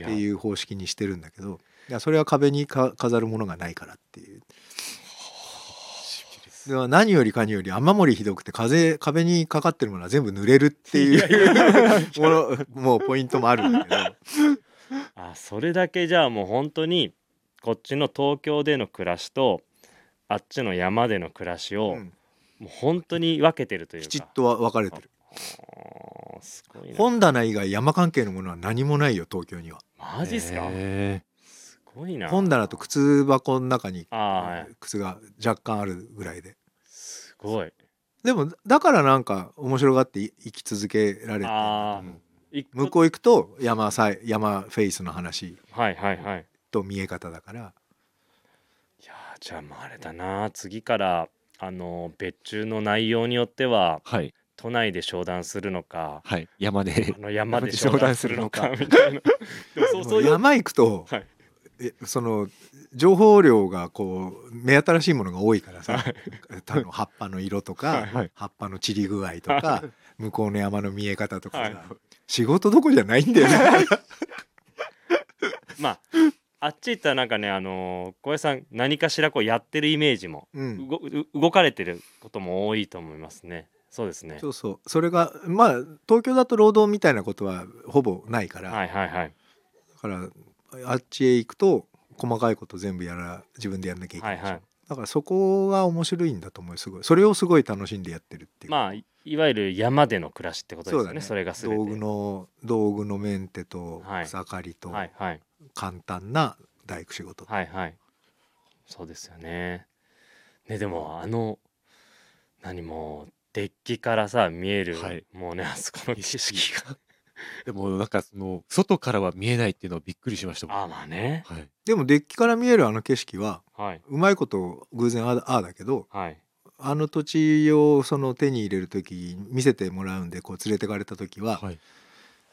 Speaker 1: や
Speaker 3: ていう方式にしてるんだけど、いやそれは壁にか飾るものがないからっていう。では何よりかにより雨漏りひどくて風壁にかかってるものは全部濡れるっていうもの もうポイントもあるんだけど。
Speaker 1: あそれだけじゃあもう本当にこっちの東京での暮らしとあっちの山での暮らしを、
Speaker 3: うん
Speaker 1: もう本当に分けてるというか
Speaker 3: きちっとは分かれてる
Speaker 1: あーすごいな
Speaker 3: 本棚以外山関係のものは何もないよ東京には
Speaker 1: マジっすか、
Speaker 2: え
Speaker 1: すごいな
Speaker 3: 本棚と靴箱の中に
Speaker 1: あーはい
Speaker 3: 靴が若干あるぐらいです
Speaker 1: ごい
Speaker 3: でもだからなんか面白がってい生き続けられて
Speaker 1: あ
Speaker 2: うん
Speaker 1: ー一個
Speaker 3: 向こう行くと山さい山フェイスの話
Speaker 1: はいはいはい
Speaker 3: と見え方だから
Speaker 1: いやーじゃあまああれだな次からあの別注の内容によっては
Speaker 2: はい
Speaker 1: 都内で商談するのか
Speaker 2: はい山 で
Speaker 1: あの山で商談するのかみたいな。でもそうそういう
Speaker 3: 山行くと
Speaker 1: はい
Speaker 3: えその情報量がこう目新しいものが多いからさあの葉っぱの色とか、
Speaker 2: はいはい
Speaker 3: 葉っぱの散り具合とか向こうの山の見え方とかさ、
Speaker 1: はい
Speaker 3: 仕事どこじゃないんだ よね
Speaker 1: まああっち行ったらなんかねあのー小林さん何かしらこうやってるイメージも、
Speaker 3: うん、
Speaker 1: 動う動かれてることも多いと思いますねそうですね
Speaker 3: そうそうそれがまあ東京だと労働みたいなことはほぼないから、
Speaker 1: はいはいはい
Speaker 3: だからあっちへ行くと細かいこと全部やら自分でやんなきゃいけ
Speaker 1: は
Speaker 3: ない
Speaker 1: い
Speaker 3: でしょ、
Speaker 1: はい
Speaker 3: だからそこが面白いんだと思うすごいそれをすごい楽しんでやってるっていう
Speaker 1: まあいいわゆる山での暮らしってことですよねそれが全て
Speaker 3: 道具の道具のメンテと
Speaker 1: はい
Speaker 3: 草刈りと
Speaker 1: はいはい
Speaker 3: 簡単な大工仕事、
Speaker 1: はいはいそうですよねねでもあの何もうデッキからさ見える、
Speaker 2: はい
Speaker 1: もうねあそこの景色が
Speaker 2: でもなんかその外からは見えないっていうのはびっくりしましたもん。
Speaker 1: ああまあね
Speaker 2: はい。
Speaker 3: でもデッキから見えるあの景色は
Speaker 1: はいう
Speaker 3: まいこと偶然あああだけど
Speaker 1: はい
Speaker 3: あの土地をその手に入れる時見せてもらうんでこう連れてかれた時は
Speaker 2: はい。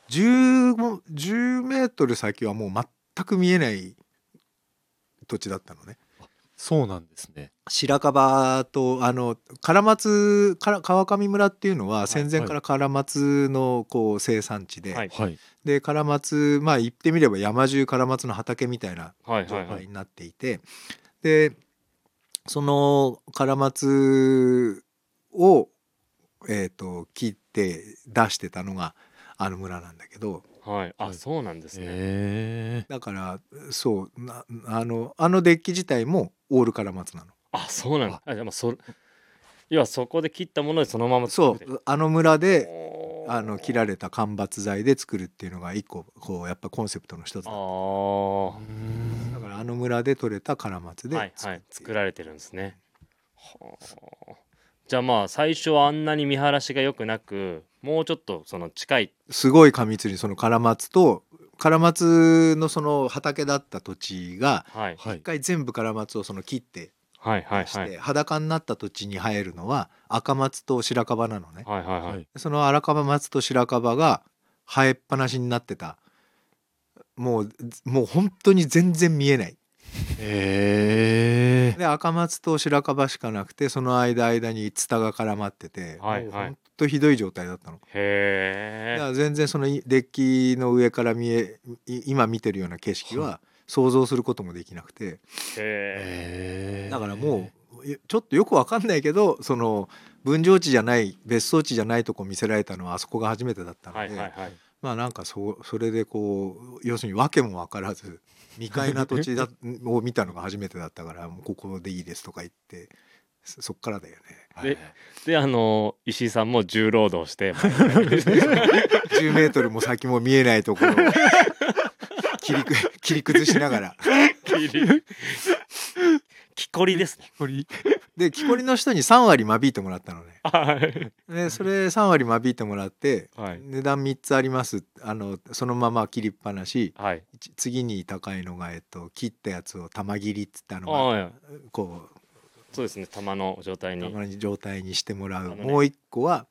Speaker 3: 10も10メートル先はもう全く見えない土地だったのね。
Speaker 2: そうなんですね。
Speaker 3: 白樺とあの唐松から川上村っていうのは戦前から唐松のこう生産地で、
Speaker 1: はい
Speaker 2: はい。
Speaker 3: でカラマツまあ言ってみれば山中カラマツの畑みたいな
Speaker 1: はいは
Speaker 3: 状
Speaker 1: いは
Speaker 3: 態
Speaker 1: い
Speaker 3: になっていて、でそのカラマツを、えー、と切って出してたのがあの村なんだけど
Speaker 1: はいあ
Speaker 2: はい
Speaker 1: そうなんですね
Speaker 2: え
Speaker 3: だからそうなあのあのデッキ自体もオールカラマツなの。
Speaker 1: あそうなんだあでもそ要はそこで切ったものでそのまま
Speaker 3: そ
Speaker 1: 作って
Speaker 3: うあの村で
Speaker 1: おー
Speaker 3: あの切られた間伐材で作るっていうのが一個こうやっぱコンセプトの一つ
Speaker 1: ああ
Speaker 3: だ
Speaker 2: ー。
Speaker 1: は
Speaker 3: だからあの村で取れたカラマツ
Speaker 1: い
Speaker 3: で
Speaker 1: はい
Speaker 3: 作っている
Speaker 1: 作られてるんですねはあじゃあまあ最初はあんなに見晴らしが良くなくもうちょっとその近い
Speaker 3: すごい過密にその唐松と唐松のその畑だった土地が
Speaker 1: はい
Speaker 2: は
Speaker 3: 一
Speaker 2: い。
Speaker 3: 回全部唐松をその切って
Speaker 1: はいはい
Speaker 3: 出して、
Speaker 1: はいはい
Speaker 3: 裸になった土地に生えるのは赤松と白樺なのね、
Speaker 1: はいはい
Speaker 2: は
Speaker 1: はいい。
Speaker 3: その赤松と白樺が生えっぱなしになってたもうもう本当に全然見えない
Speaker 2: え
Speaker 3: で赤松と白樺しかなくてその間間にツタが絡まってて、
Speaker 1: はい
Speaker 3: もう
Speaker 1: はい
Speaker 3: 本当ひどい状態だったの。
Speaker 1: へ
Speaker 3: だ
Speaker 1: え
Speaker 3: から全然そのいデッキの上から見えい今見てるような景色は想像することもできなくて
Speaker 1: へ
Speaker 2: え
Speaker 3: だからもういちょっとよくわかんないけどその分譲地じゃない別荘地じゃないとこ見せられたのはあそこが初めてだった
Speaker 1: え
Speaker 3: ので、
Speaker 1: はいはいはい
Speaker 3: まあなんかそうそれでこう要するに訳も分から ず未開な土地だを見たのが初めてだったからもうここでいいですとか言ってそそっからだよね。
Speaker 1: でであの石井さんも重労働してまあ
Speaker 3: 10メートルも先も見えないところを切りく切り崩しながら
Speaker 1: 切り木こりですね
Speaker 2: これ
Speaker 3: で木こりの人に3割間引いてもらったのね
Speaker 1: はい
Speaker 3: でそれ3割間引いてもらって
Speaker 1: はい
Speaker 3: 値段3つありますあのそのまま切りっぱなし
Speaker 1: はい
Speaker 3: ち次に高いのが、えっと、切ったやつを玉切りっつったのが
Speaker 1: ああ
Speaker 3: こ
Speaker 1: そうですね玉の状態
Speaker 3: う
Speaker 1: に
Speaker 3: 玉の状態にしても
Speaker 1: あ
Speaker 3: らう、
Speaker 1: のね
Speaker 3: もう一個は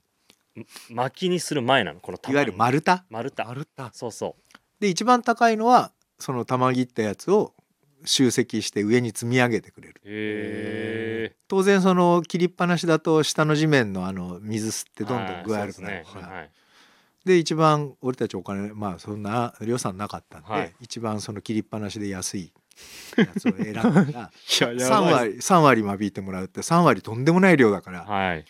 Speaker 1: 巻きにする前なのこの玉
Speaker 3: いわゆる丸太
Speaker 1: 丸太
Speaker 2: 丸太。
Speaker 1: そうそ
Speaker 3: で一番高いのはその玉切ったやつを集積して上に積み上げてくれる
Speaker 1: うへえ
Speaker 3: 当然その切りっぱなしだと下の地面のあの水吸ってどんどん具合悪くなる
Speaker 1: ね
Speaker 3: から、
Speaker 1: はい
Speaker 3: で一番俺たちお金まあそんな予算なかったんで、
Speaker 1: はい
Speaker 3: 一番その切りっぱなしで安いやつを選んだ ら
Speaker 2: い
Speaker 3: 3割3割間引いてもらうって3割とんでもない量だから
Speaker 1: はい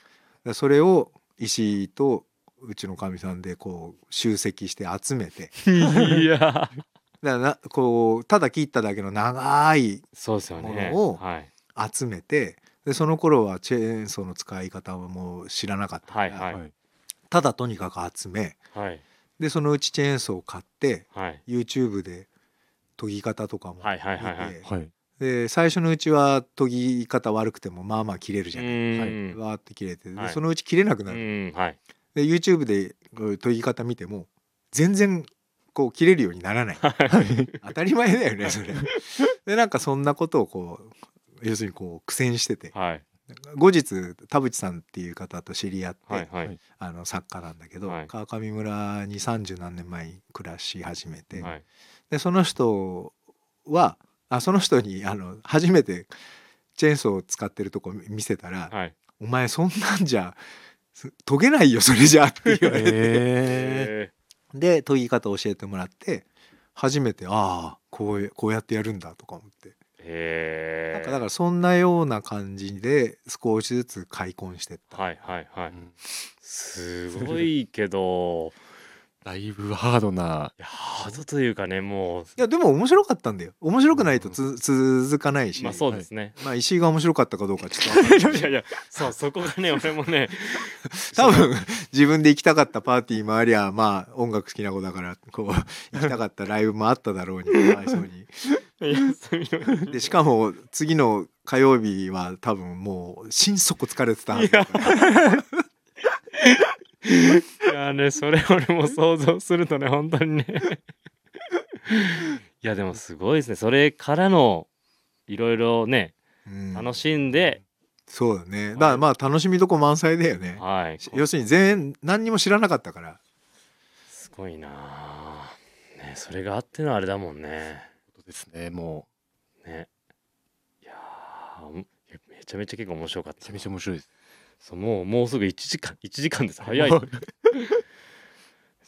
Speaker 3: それを石井とうちのかみさんでこう集積して集めて
Speaker 1: いや
Speaker 3: だからなこうただ切っただけの長い
Speaker 1: そうですよね
Speaker 3: ものを
Speaker 1: はい
Speaker 3: 集めてでその頃はチェーンソーの使い方はもう知らなかったか
Speaker 1: は
Speaker 3: ら、
Speaker 1: いはい
Speaker 2: はい
Speaker 3: ただとにかく集め
Speaker 1: はい
Speaker 3: でそのうちチェーンソーを買って
Speaker 1: はい
Speaker 3: YouTube で研ぎ方とかも見て、
Speaker 1: はいはいはいはい
Speaker 2: はい。
Speaker 3: で最初のうちは研ぎ方悪くてもまあまあ切れるじ
Speaker 1: う
Speaker 3: ゃない、
Speaker 1: ーん
Speaker 3: わーって切れて、で
Speaker 1: はい
Speaker 3: そのうち切れなく
Speaker 1: う
Speaker 3: なる、
Speaker 1: ーんはい
Speaker 3: で YouTube でこう研ぎ方見ても全然こう切れるようになら ない当たり前だよねそれでなんかそんなことをこう要するにこう苦戦してて
Speaker 1: はい
Speaker 3: 後日田淵さんっていう方と知り合って、
Speaker 1: はいはい
Speaker 3: あの作家なんだけど、
Speaker 1: はい
Speaker 3: 川上村に三十何年前に暮らし始めて、
Speaker 1: はい
Speaker 3: でその人はあその人にあの初めてチェーンソーを使ってるとこ見せたら「
Speaker 1: はい
Speaker 3: お前そんなんじゃす研げないよそれじゃ」って言われて、
Speaker 2: え
Speaker 1: え
Speaker 3: で研ぎ方を教えてもらって初めてああこうこうやってやるんだとか思って、
Speaker 1: ーえー
Speaker 3: なんかだからそんなような感じで少しずつ開墾してった、
Speaker 1: はいはいはい
Speaker 2: うん
Speaker 1: すごいけど
Speaker 2: だいぶハードない
Speaker 1: やハードというかねもう
Speaker 3: いやでも面白かったんだよ面白くないとつ続かないし、
Speaker 1: まあそうですね、
Speaker 3: まあ石井が面白かったかどうかちょっとわかんない
Speaker 1: い、やいやいやそうそこがね俺もね
Speaker 3: 多分自分で行きたかったパーティーもありゃまあ音楽好きな子だからこう行きたかったライブもあっただろうにかわいそうに
Speaker 1: 休みの日に
Speaker 3: でしかも次の火曜日は多分もう心底疲れてたはずだから
Speaker 1: いやねそれ俺も想像するとね本当にねいやでもすごいですねそれからのいろいろね
Speaker 3: うん
Speaker 1: 楽しんで、
Speaker 3: そうだねだからまあ楽しみどこ満載だよね
Speaker 1: はい
Speaker 3: し要するに全何にも知らなかったから
Speaker 1: すごいなあねそれがあってのあれだもんね
Speaker 2: ことですねも
Speaker 1: ねいやあおもいやめちゃめちゃ結構面白かっ
Speaker 2: うめ
Speaker 1: た
Speaker 2: ちゃめちゃ面白いです
Speaker 1: そうもうもうすぐ1時間1時間です早い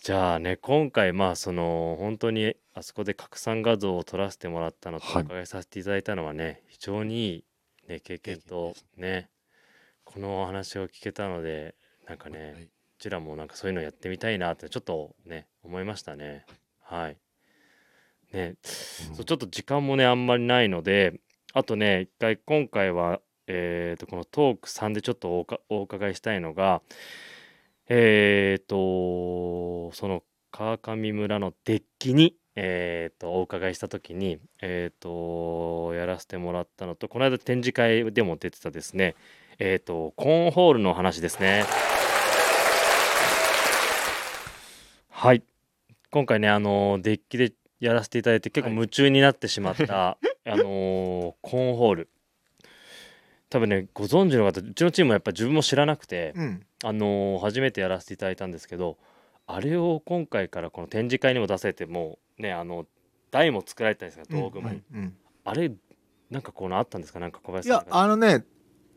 Speaker 1: じゃあね今回まあその本当にあそこで拡散画像を撮らせてもらったのとお
Speaker 2: はい
Speaker 1: 伺いさせていただいたのはね、非常にいい、ね、経験とねこのお話を聞けたのでなんかね、
Speaker 2: はい
Speaker 1: こちらもなんかそういうのやってみたいなってちょっとね思いましたねはいね
Speaker 2: うん
Speaker 1: そうちょっと時間もねあんまりないのであとね一回今回はえー、とこのトーク3でちょっとおかお伺いしたいのがえー、とその川上村のデッキにえー、とお伺いした時にえー、とやらせてもらったのとこの間展示会でも出てたですねえー、とコーンホールの話ですねはい今回ねあのデッキでやらせていただいて結構
Speaker 2: はい
Speaker 1: 夢中になってしまった、 あのーコーンホール多分ねご存知の方うちのチームはやっぱ自分も知らなくて、
Speaker 3: うん
Speaker 1: あのー初めてやらせていただいたんですけどあれを今回からこの展示会にも出せてもうねあの台も作られたんですが道具も、
Speaker 3: うんうん
Speaker 1: あれなんかこうのあったんですかなんか小
Speaker 3: い
Speaker 1: 林さん
Speaker 3: や
Speaker 1: が
Speaker 3: あのね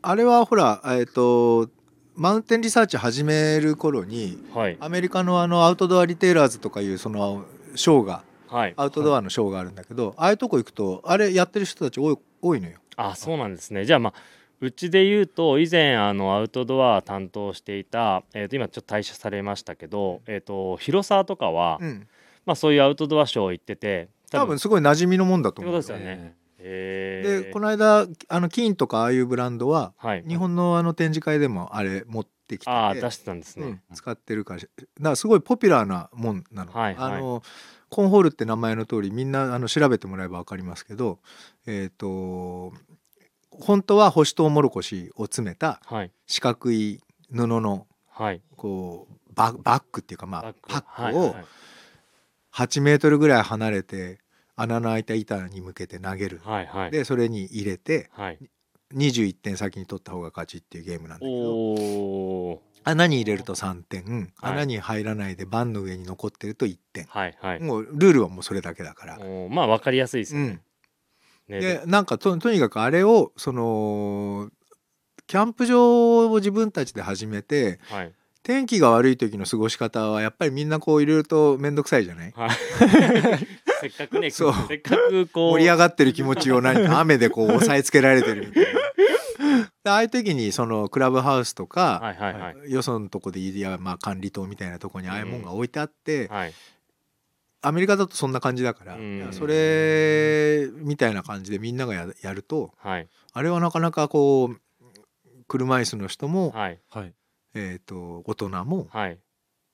Speaker 3: あれはほらえっ、とマウンテンリサーチ始める頃に
Speaker 1: はい
Speaker 3: アメリカのあのアウトドアリテイラーズとかいうそのショーが
Speaker 1: はい
Speaker 3: アウトドアのショーがあるんだけど、ああいうとこ行くとあれやってる人たち多い多いのよ。
Speaker 1: あそうなんですねじゃあまあうちで言うと以前あのアウトドア担当していた、えー、と今ちょっと退社されましたけど、えー、と広沢とかは、
Speaker 3: うん、
Speaker 1: まあ、そういうアウトドアショー行ってて
Speaker 3: 多分すごい馴染みのもんだと
Speaker 1: って
Speaker 3: 思
Speaker 1: こ
Speaker 3: う
Speaker 1: と
Speaker 3: よ。
Speaker 1: ですよね。えー
Speaker 3: でこの間あのキーンとかああいうブランドは
Speaker 1: はい、
Speaker 3: 日本のあの展示会でもあれ持ってきてて
Speaker 1: ああ出してたんです
Speaker 3: う
Speaker 1: ね。
Speaker 3: ん使ってるからだからすごいポピュラーなもんなの。
Speaker 1: はいはい
Speaker 3: あのコンホールって名前の通りみんなあの調べてもらえば分かりますけどえっ、と本当は干しとうもろこしを詰めた
Speaker 1: はい
Speaker 3: 四角い布の
Speaker 1: はい
Speaker 3: こうババッグっていうかまあパック
Speaker 1: はい
Speaker 3: を8メートルぐらい離れて穴の開いた板に向けて投げる。
Speaker 1: はいはいはい
Speaker 3: でそれに入れて
Speaker 1: はい
Speaker 3: 21点先に取った方が勝ちっていうゲームなんだ
Speaker 1: お
Speaker 3: けど
Speaker 1: お
Speaker 3: 穴に入れると3点
Speaker 1: はい
Speaker 3: 穴に入らないで盤の上に残ってると1点
Speaker 1: はいはい。
Speaker 3: もうルールはもうそれだけだから。
Speaker 1: おーまあわかりやすいです
Speaker 3: う
Speaker 1: よ
Speaker 3: ん
Speaker 1: ね。、ね
Speaker 3: でなんかととにかくあれをそのキャンプ場を自分たちで始めて
Speaker 1: はい
Speaker 3: 天気が悪い時の過ごし方はやっぱりみんなこういろいろと面倒くさいじゃない
Speaker 1: はい。せっかくねせ
Speaker 3: そう
Speaker 1: っかくこう
Speaker 3: 盛り上がってる気持ちを 何か雨でこう押さえつけられてるみたいな。でああいう時にそのクラブハウスと
Speaker 1: は
Speaker 3: か、
Speaker 1: いはいはい
Speaker 3: よそのとこでいやまあ管理棟みたいなとこにああいうもんが置いてあって、
Speaker 1: はい
Speaker 3: アメリカだとそんな感じだから、
Speaker 1: うん
Speaker 3: いやそれみたいな感じでみんながややると
Speaker 1: はい
Speaker 3: あれはなかなかこう車椅子の人も、
Speaker 1: はい
Speaker 2: はい
Speaker 3: えー、と大人も
Speaker 1: はい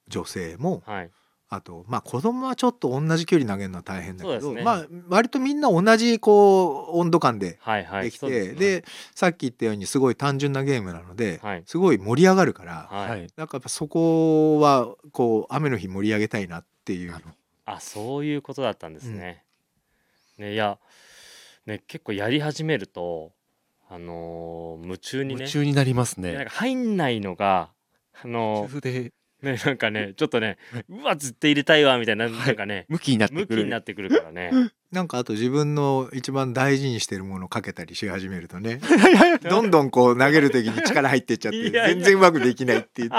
Speaker 3: 女性も
Speaker 1: はい
Speaker 3: あとまあ子供はちょっと同じ距離投げるのは大変だけ
Speaker 1: そう
Speaker 3: ど、
Speaker 1: ですね
Speaker 3: まあ割とみんな同じこう温度感で
Speaker 1: はいはい。
Speaker 3: できて、
Speaker 1: そう
Speaker 3: で
Speaker 1: ね
Speaker 3: さっき言ったようにすごい単純なゲームなので、
Speaker 1: はい
Speaker 3: すごい盛り上がるから、
Speaker 1: は。
Speaker 2: はいい
Speaker 3: なんかやっぱそこはこう雨の日盛り上げたいなっていう
Speaker 2: なるほ
Speaker 1: あそういうことだったんですね。ねいやね結構やり始めるとあのー夢中にね
Speaker 2: 夢中になります
Speaker 1: なん
Speaker 2: ね
Speaker 1: か入んないのがあのー
Speaker 2: 中で
Speaker 1: ねなんかねちょっとねうわ絶対入れたいわみたいななんかね
Speaker 2: 向きになって
Speaker 1: 向き
Speaker 2: くる
Speaker 1: になってくるからね
Speaker 3: なんかあと自分の一番大事にしてるものをかけたりし始めるとねどんどんこう投げる時に力入ってっちゃって
Speaker 1: いやいや
Speaker 3: 全然うまくできないっていう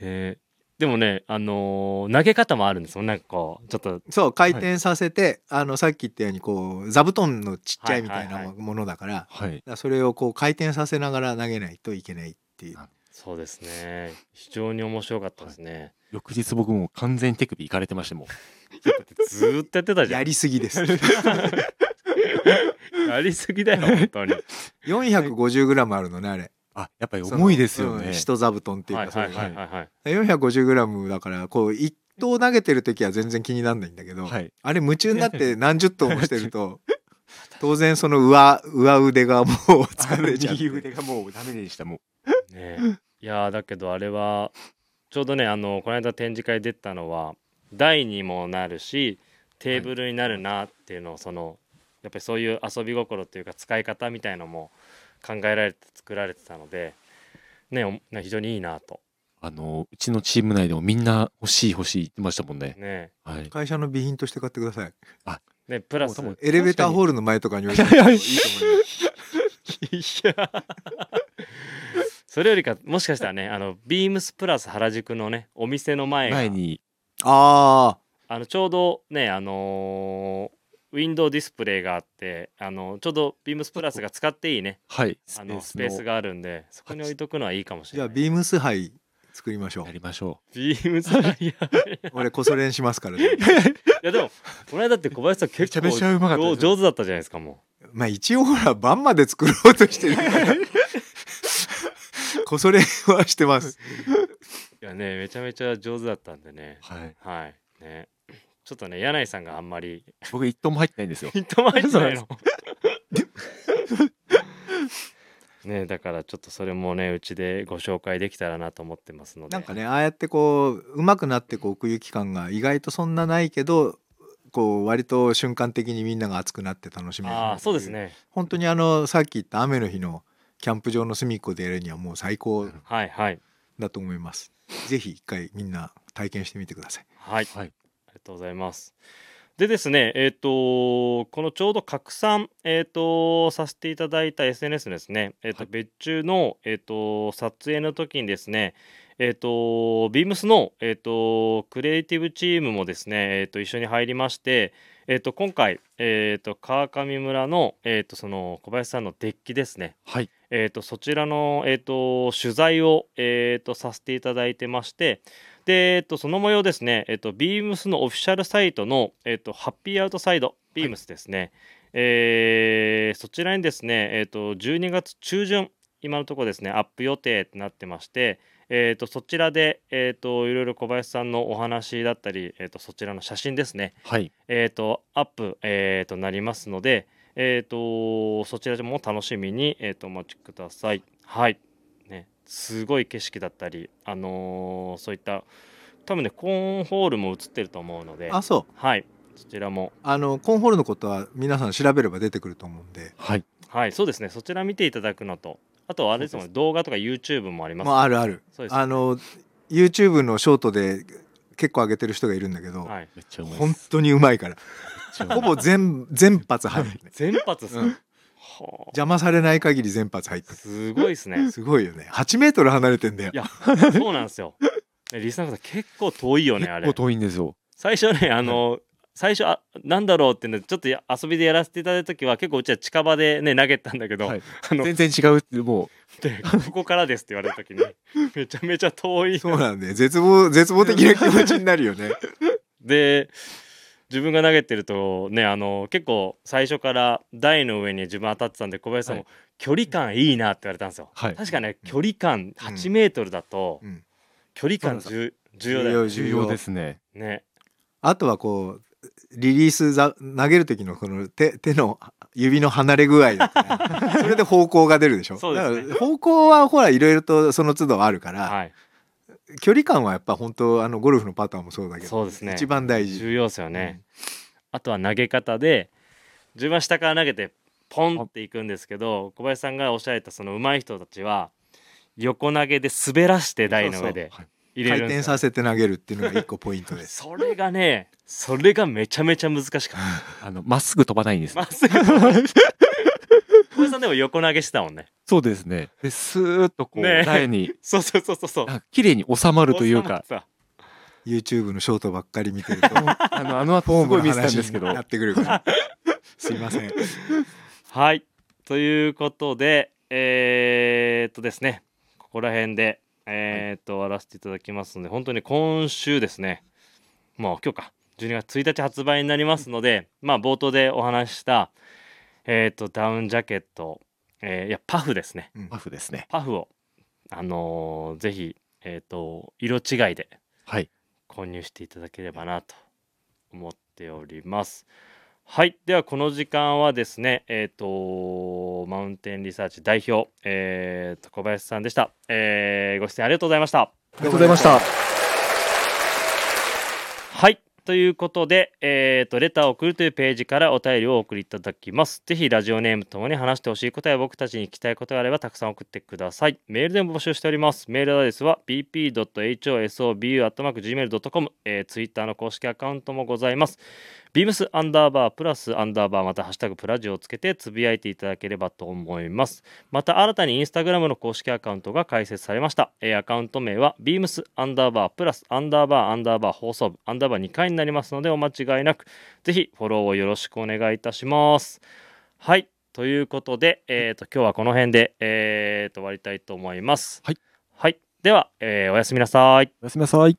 Speaker 1: えーでもねあのー投げ方もあるんですよなんかこうちょっと
Speaker 3: そう回転させて、あのさっき言ったようにこう座布団のちっちゃいみた
Speaker 1: は
Speaker 3: い
Speaker 1: いはい
Speaker 3: な
Speaker 1: は
Speaker 3: ものだから,、
Speaker 2: はい。
Speaker 3: それをこう回転させながら投げないといけないっていう
Speaker 2: なる
Speaker 1: そうですね非常に面白かったですね、
Speaker 2: 翌日僕も完全に手首いかれてましても
Speaker 1: だってずーっとやってたじゃ
Speaker 3: や
Speaker 1: ん
Speaker 3: りすぎで す
Speaker 1: やりすぎだよ本当に
Speaker 3: 450g あるのねあれ
Speaker 2: あやっぱり重いですよ
Speaker 3: そのう
Speaker 2: ね
Speaker 3: ん。人座布団っていう
Speaker 1: はい
Speaker 3: かそ
Speaker 1: は
Speaker 3: れ
Speaker 1: い
Speaker 3: が、
Speaker 1: はいはいはい
Speaker 3: 450g だからこう1投投げてる時は全然気になんないんだけど、
Speaker 2: はい。
Speaker 3: あれ夢中に なって何十投もしてると当然その上上腕がもう 疲れちゃって
Speaker 2: 右腕が もうダメでしたもう。
Speaker 1: ねえいやーだけどあれはちょうどねあのこの間展示会出たのは台にもなるしテーブルになるなっていうのをそのやっぱりそういう遊び心というか使い方みたいのも考えられて作られてたのでねおね非常にいいなと
Speaker 2: あのうちのチーム内でもみんな欲しい欲しい言ってましたもんね。
Speaker 1: ね
Speaker 2: はい。
Speaker 3: 会社の備品として買ってください
Speaker 1: えねプラス
Speaker 2: もう
Speaker 3: エレベーターホールの前とかに置いても
Speaker 2: いやいや
Speaker 3: いいと思いま
Speaker 1: い
Speaker 3: す
Speaker 1: や それよりかもしかしたらねあのビームスプラス原宿のねお店の前が
Speaker 2: 前に
Speaker 3: あ
Speaker 1: あのちょうどねあのーウィンドウディスプレイがあってあのちょうどビームスプラスが使っていいね
Speaker 2: はいス
Speaker 1: あ
Speaker 2: ペー
Speaker 1: の
Speaker 2: ス
Speaker 1: スペース
Speaker 2: が
Speaker 1: があるんでそこに置いとくのはいいかもし
Speaker 3: あじ
Speaker 1: れ
Speaker 3: ゃ
Speaker 1: な
Speaker 3: あ
Speaker 1: い
Speaker 3: ビームス杯作りましょう
Speaker 2: やりましょ
Speaker 1: ビームスダイヤい
Speaker 3: 俺こそ練しますからね
Speaker 1: やでもこの間って小林さん
Speaker 2: う。めち
Speaker 1: 結
Speaker 2: ゃめ
Speaker 1: 構
Speaker 2: ちゃうまかった
Speaker 1: 上
Speaker 2: です。
Speaker 1: 上手だったじゃないですかも
Speaker 3: まあ一応ほら晩まで作ろうとしてる からこそ練はしてます
Speaker 1: ういやねめちゃめちゃ上手だったんでね
Speaker 2: はい。
Speaker 1: はいねちょっとね柳井さんがあんまり
Speaker 2: 僕一投も入ってないんで すよ。
Speaker 1: ヒントも入ってない
Speaker 2: そ
Speaker 1: のねだからちょっとそれもねうちでご紹介できたらなと思ってますので
Speaker 3: なんかねああやってこう上手くなってこう奥行き感が意外とそんなないけどこう割と瞬間的にみんなが熱くなって楽しめる
Speaker 1: ああそうですね
Speaker 3: 本当にあのさっき言った雨の日のキャンプ場の隅っこでやるにはもう最高
Speaker 1: はいはい
Speaker 3: だと思いますぜひ一回みんな体験してみてください
Speaker 1: はい、
Speaker 2: はい
Speaker 1: ありがとうございますでですねえっ、とこのちょうど拡散えっ、とさせていただいた SNS ですねえっ、と、
Speaker 2: はい
Speaker 1: 別注のえっ、と撮影の時にですねえっ、とビームスのえっ、とクリエイティブチームもですねえっ、と一緒に入りましてえっ、と今回えっ、と川上村のえっ、とその小林さんのデッキですね
Speaker 2: はい。
Speaker 1: えー、とそちらの、えー、と取材を、えー、とさせていただいてましてで、えー、とその模様ですね、えー、とビームスのオフィシャルサイトの、えー、とハッピーアウトサイドビームスですね、えーそちらにですね、えー、と12月中旬今のところですねアップ予定となってまして、えー、とそちらで、えー、といろいろ小林さんのお話だったり、えー、とそちらの写真ですね
Speaker 2: はい。
Speaker 1: えー、とアップ、えー、となりますので、えー、とそちらも楽しみに、えー、とお待ちください。はいね、すごい景色だったり、あのーそういった多分ねコーンホールも映ってると思うので、
Speaker 3: あそう
Speaker 1: はい、そちらも、
Speaker 3: あのコンホールのことは皆さん調べれば出てくると思うんで
Speaker 2: はい。
Speaker 1: はい、そうですねそちら見ていただくのとあとはあれですもんね動画とか YouTube もあります、
Speaker 3: まああるある
Speaker 1: そうです
Speaker 3: あの YouTube のショートで結構上げてる人がいるんだけど、
Speaker 1: はい、
Speaker 2: めっちゃうまいです。
Speaker 3: 本当にうまいか
Speaker 2: め
Speaker 3: ら
Speaker 2: っちゃ
Speaker 3: ほ
Speaker 2: うまい
Speaker 3: ぼ全全発入る、ね、
Speaker 1: 全発です、
Speaker 3: うん
Speaker 1: はあ
Speaker 3: 邪魔されない限り全発入ってる
Speaker 1: すごいです ね。
Speaker 3: すごいよね8メートル離れてんだよ
Speaker 1: いやそうなんですよ。ねリスナーの方結構遠いよねあれ
Speaker 2: 結構。遠いんですよ。
Speaker 1: 最初ねあの、最初あなんだろうってねちょっとや遊びでやらせていただいた時は結構うちは近場でね投げたんだけど、
Speaker 2: はい
Speaker 1: あの
Speaker 2: 全然違うっても
Speaker 1: でここからですって言われた時にめちゃめちゃ遠い
Speaker 3: そうなんだよ絶望絶望的な気持ちになるよね
Speaker 1: で自分が投げてるとねあの結構最初から台の上に自分当たってたんで小林さんも、
Speaker 2: は
Speaker 1: 距離感いいなって言われたんですよ。
Speaker 2: はい
Speaker 1: 確かね距離感8メートルだと、
Speaker 3: うん
Speaker 1: 距離感
Speaker 2: そう
Speaker 1: 重重要だよ
Speaker 2: う
Speaker 1: ね
Speaker 2: 重要ですね。
Speaker 1: ね。
Speaker 3: あとはこうリリースざ投げる時のこの手手の指の離れ具合 だからそれで方向が出るでしょ
Speaker 1: そうですね
Speaker 3: だから方向はほらいろいろとその都度あるから、
Speaker 1: はい、
Speaker 3: 距離感はやっぱ本当あのゴルフのパターンもそうだけど
Speaker 1: そうですね
Speaker 3: 一番大事
Speaker 1: 重要ですよね。あとは投げ方で自分は下から投げてポンっていくんですけど小林さんがおっしゃられたその上手い人たちは横投げで滑らして台の上で
Speaker 2: はい
Speaker 1: 入れ
Speaker 3: 回
Speaker 1: るんで
Speaker 3: 転
Speaker 1: すよ
Speaker 3: させて投げるっていうのが一個ポイン トです。
Speaker 1: それがねそれがめちゃめちゃ難しか った
Speaker 2: あのまっすぐ飛ばないんです
Speaker 1: まっすぐ小林さんでも横投げしてたもんね
Speaker 2: そうですねでスーッとこう
Speaker 1: ねえ
Speaker 2: 台に
Speaker 1: そうそうそうそうそう
Speaker 2: あ綺麗に収まるというか
Speaker 1: 収まって
Speaker 3: YouTube のショートばっかり見てると、
Speaker 2: あのあの
Speaker 3: フ
Speaker 2: 後
Speaker 3: ォ
Speaker 2: す
Speaker 3: ーム
Speaker 2: ごい
Speaker 3: の
Speaker 2: 見せたん
Speaker 3: 話
Speaker 2: ですけ
Speaker 3: に
Speaker 2: ど
Speaker 3: なってくるから。すいません。
Speaker 1: たはいということでえー、っとですねここら辺でえー、っと終わらせていただきますので本当に今週ですねもう今日か12月1日発売になりますのでまあ冒頭でお話ししたえー、っとダウンジャケット、えーいやパフですね
Speaker 2: パフですね
Speaker 1: パフを、あのーぜひ、えー、と色違いで
Speaker 2: はい
Speaker 1: 購入していただければなと思っております。はいではこの時間はですねえっ、とマウンテンリサーチ代表、えー、と小林さんでした、えーご出演ありがとうございました。
Speaker 3: ありがとうございました。
Speaker 1: はい。ということで、えー、と、レターを送るというページからお便りをお送りいただきます。ぜひ、ラジオネームともに話してほしいことや僕たちに聞きたいことがあれば、たくさん送ってください。メールでも募集しております。メールアドレスは、bp.hosobu.gmail.com、えー、ツイッターの公式アカウントもございます。ビームスアンダーバープラスアンダーバーまたハッシュタグプラジオをつけてつぶやいていただければと思いますまた新たにインスタグラムの公式アカウントが開設されました、えーアカウント名はビームスアンダーバープラスアンダーバーアンダーバー放送部アンダーバー2回になりますのでお間違いなくぜひフォローをよろしくお願いいたしますはいということで、えー、と今日はこの辺で、えー、と終わりたいと思います
Speaker 2: はい、
Speaker 1: はい、では、えーおやすみなさい
Speaker 2: おやすみなさい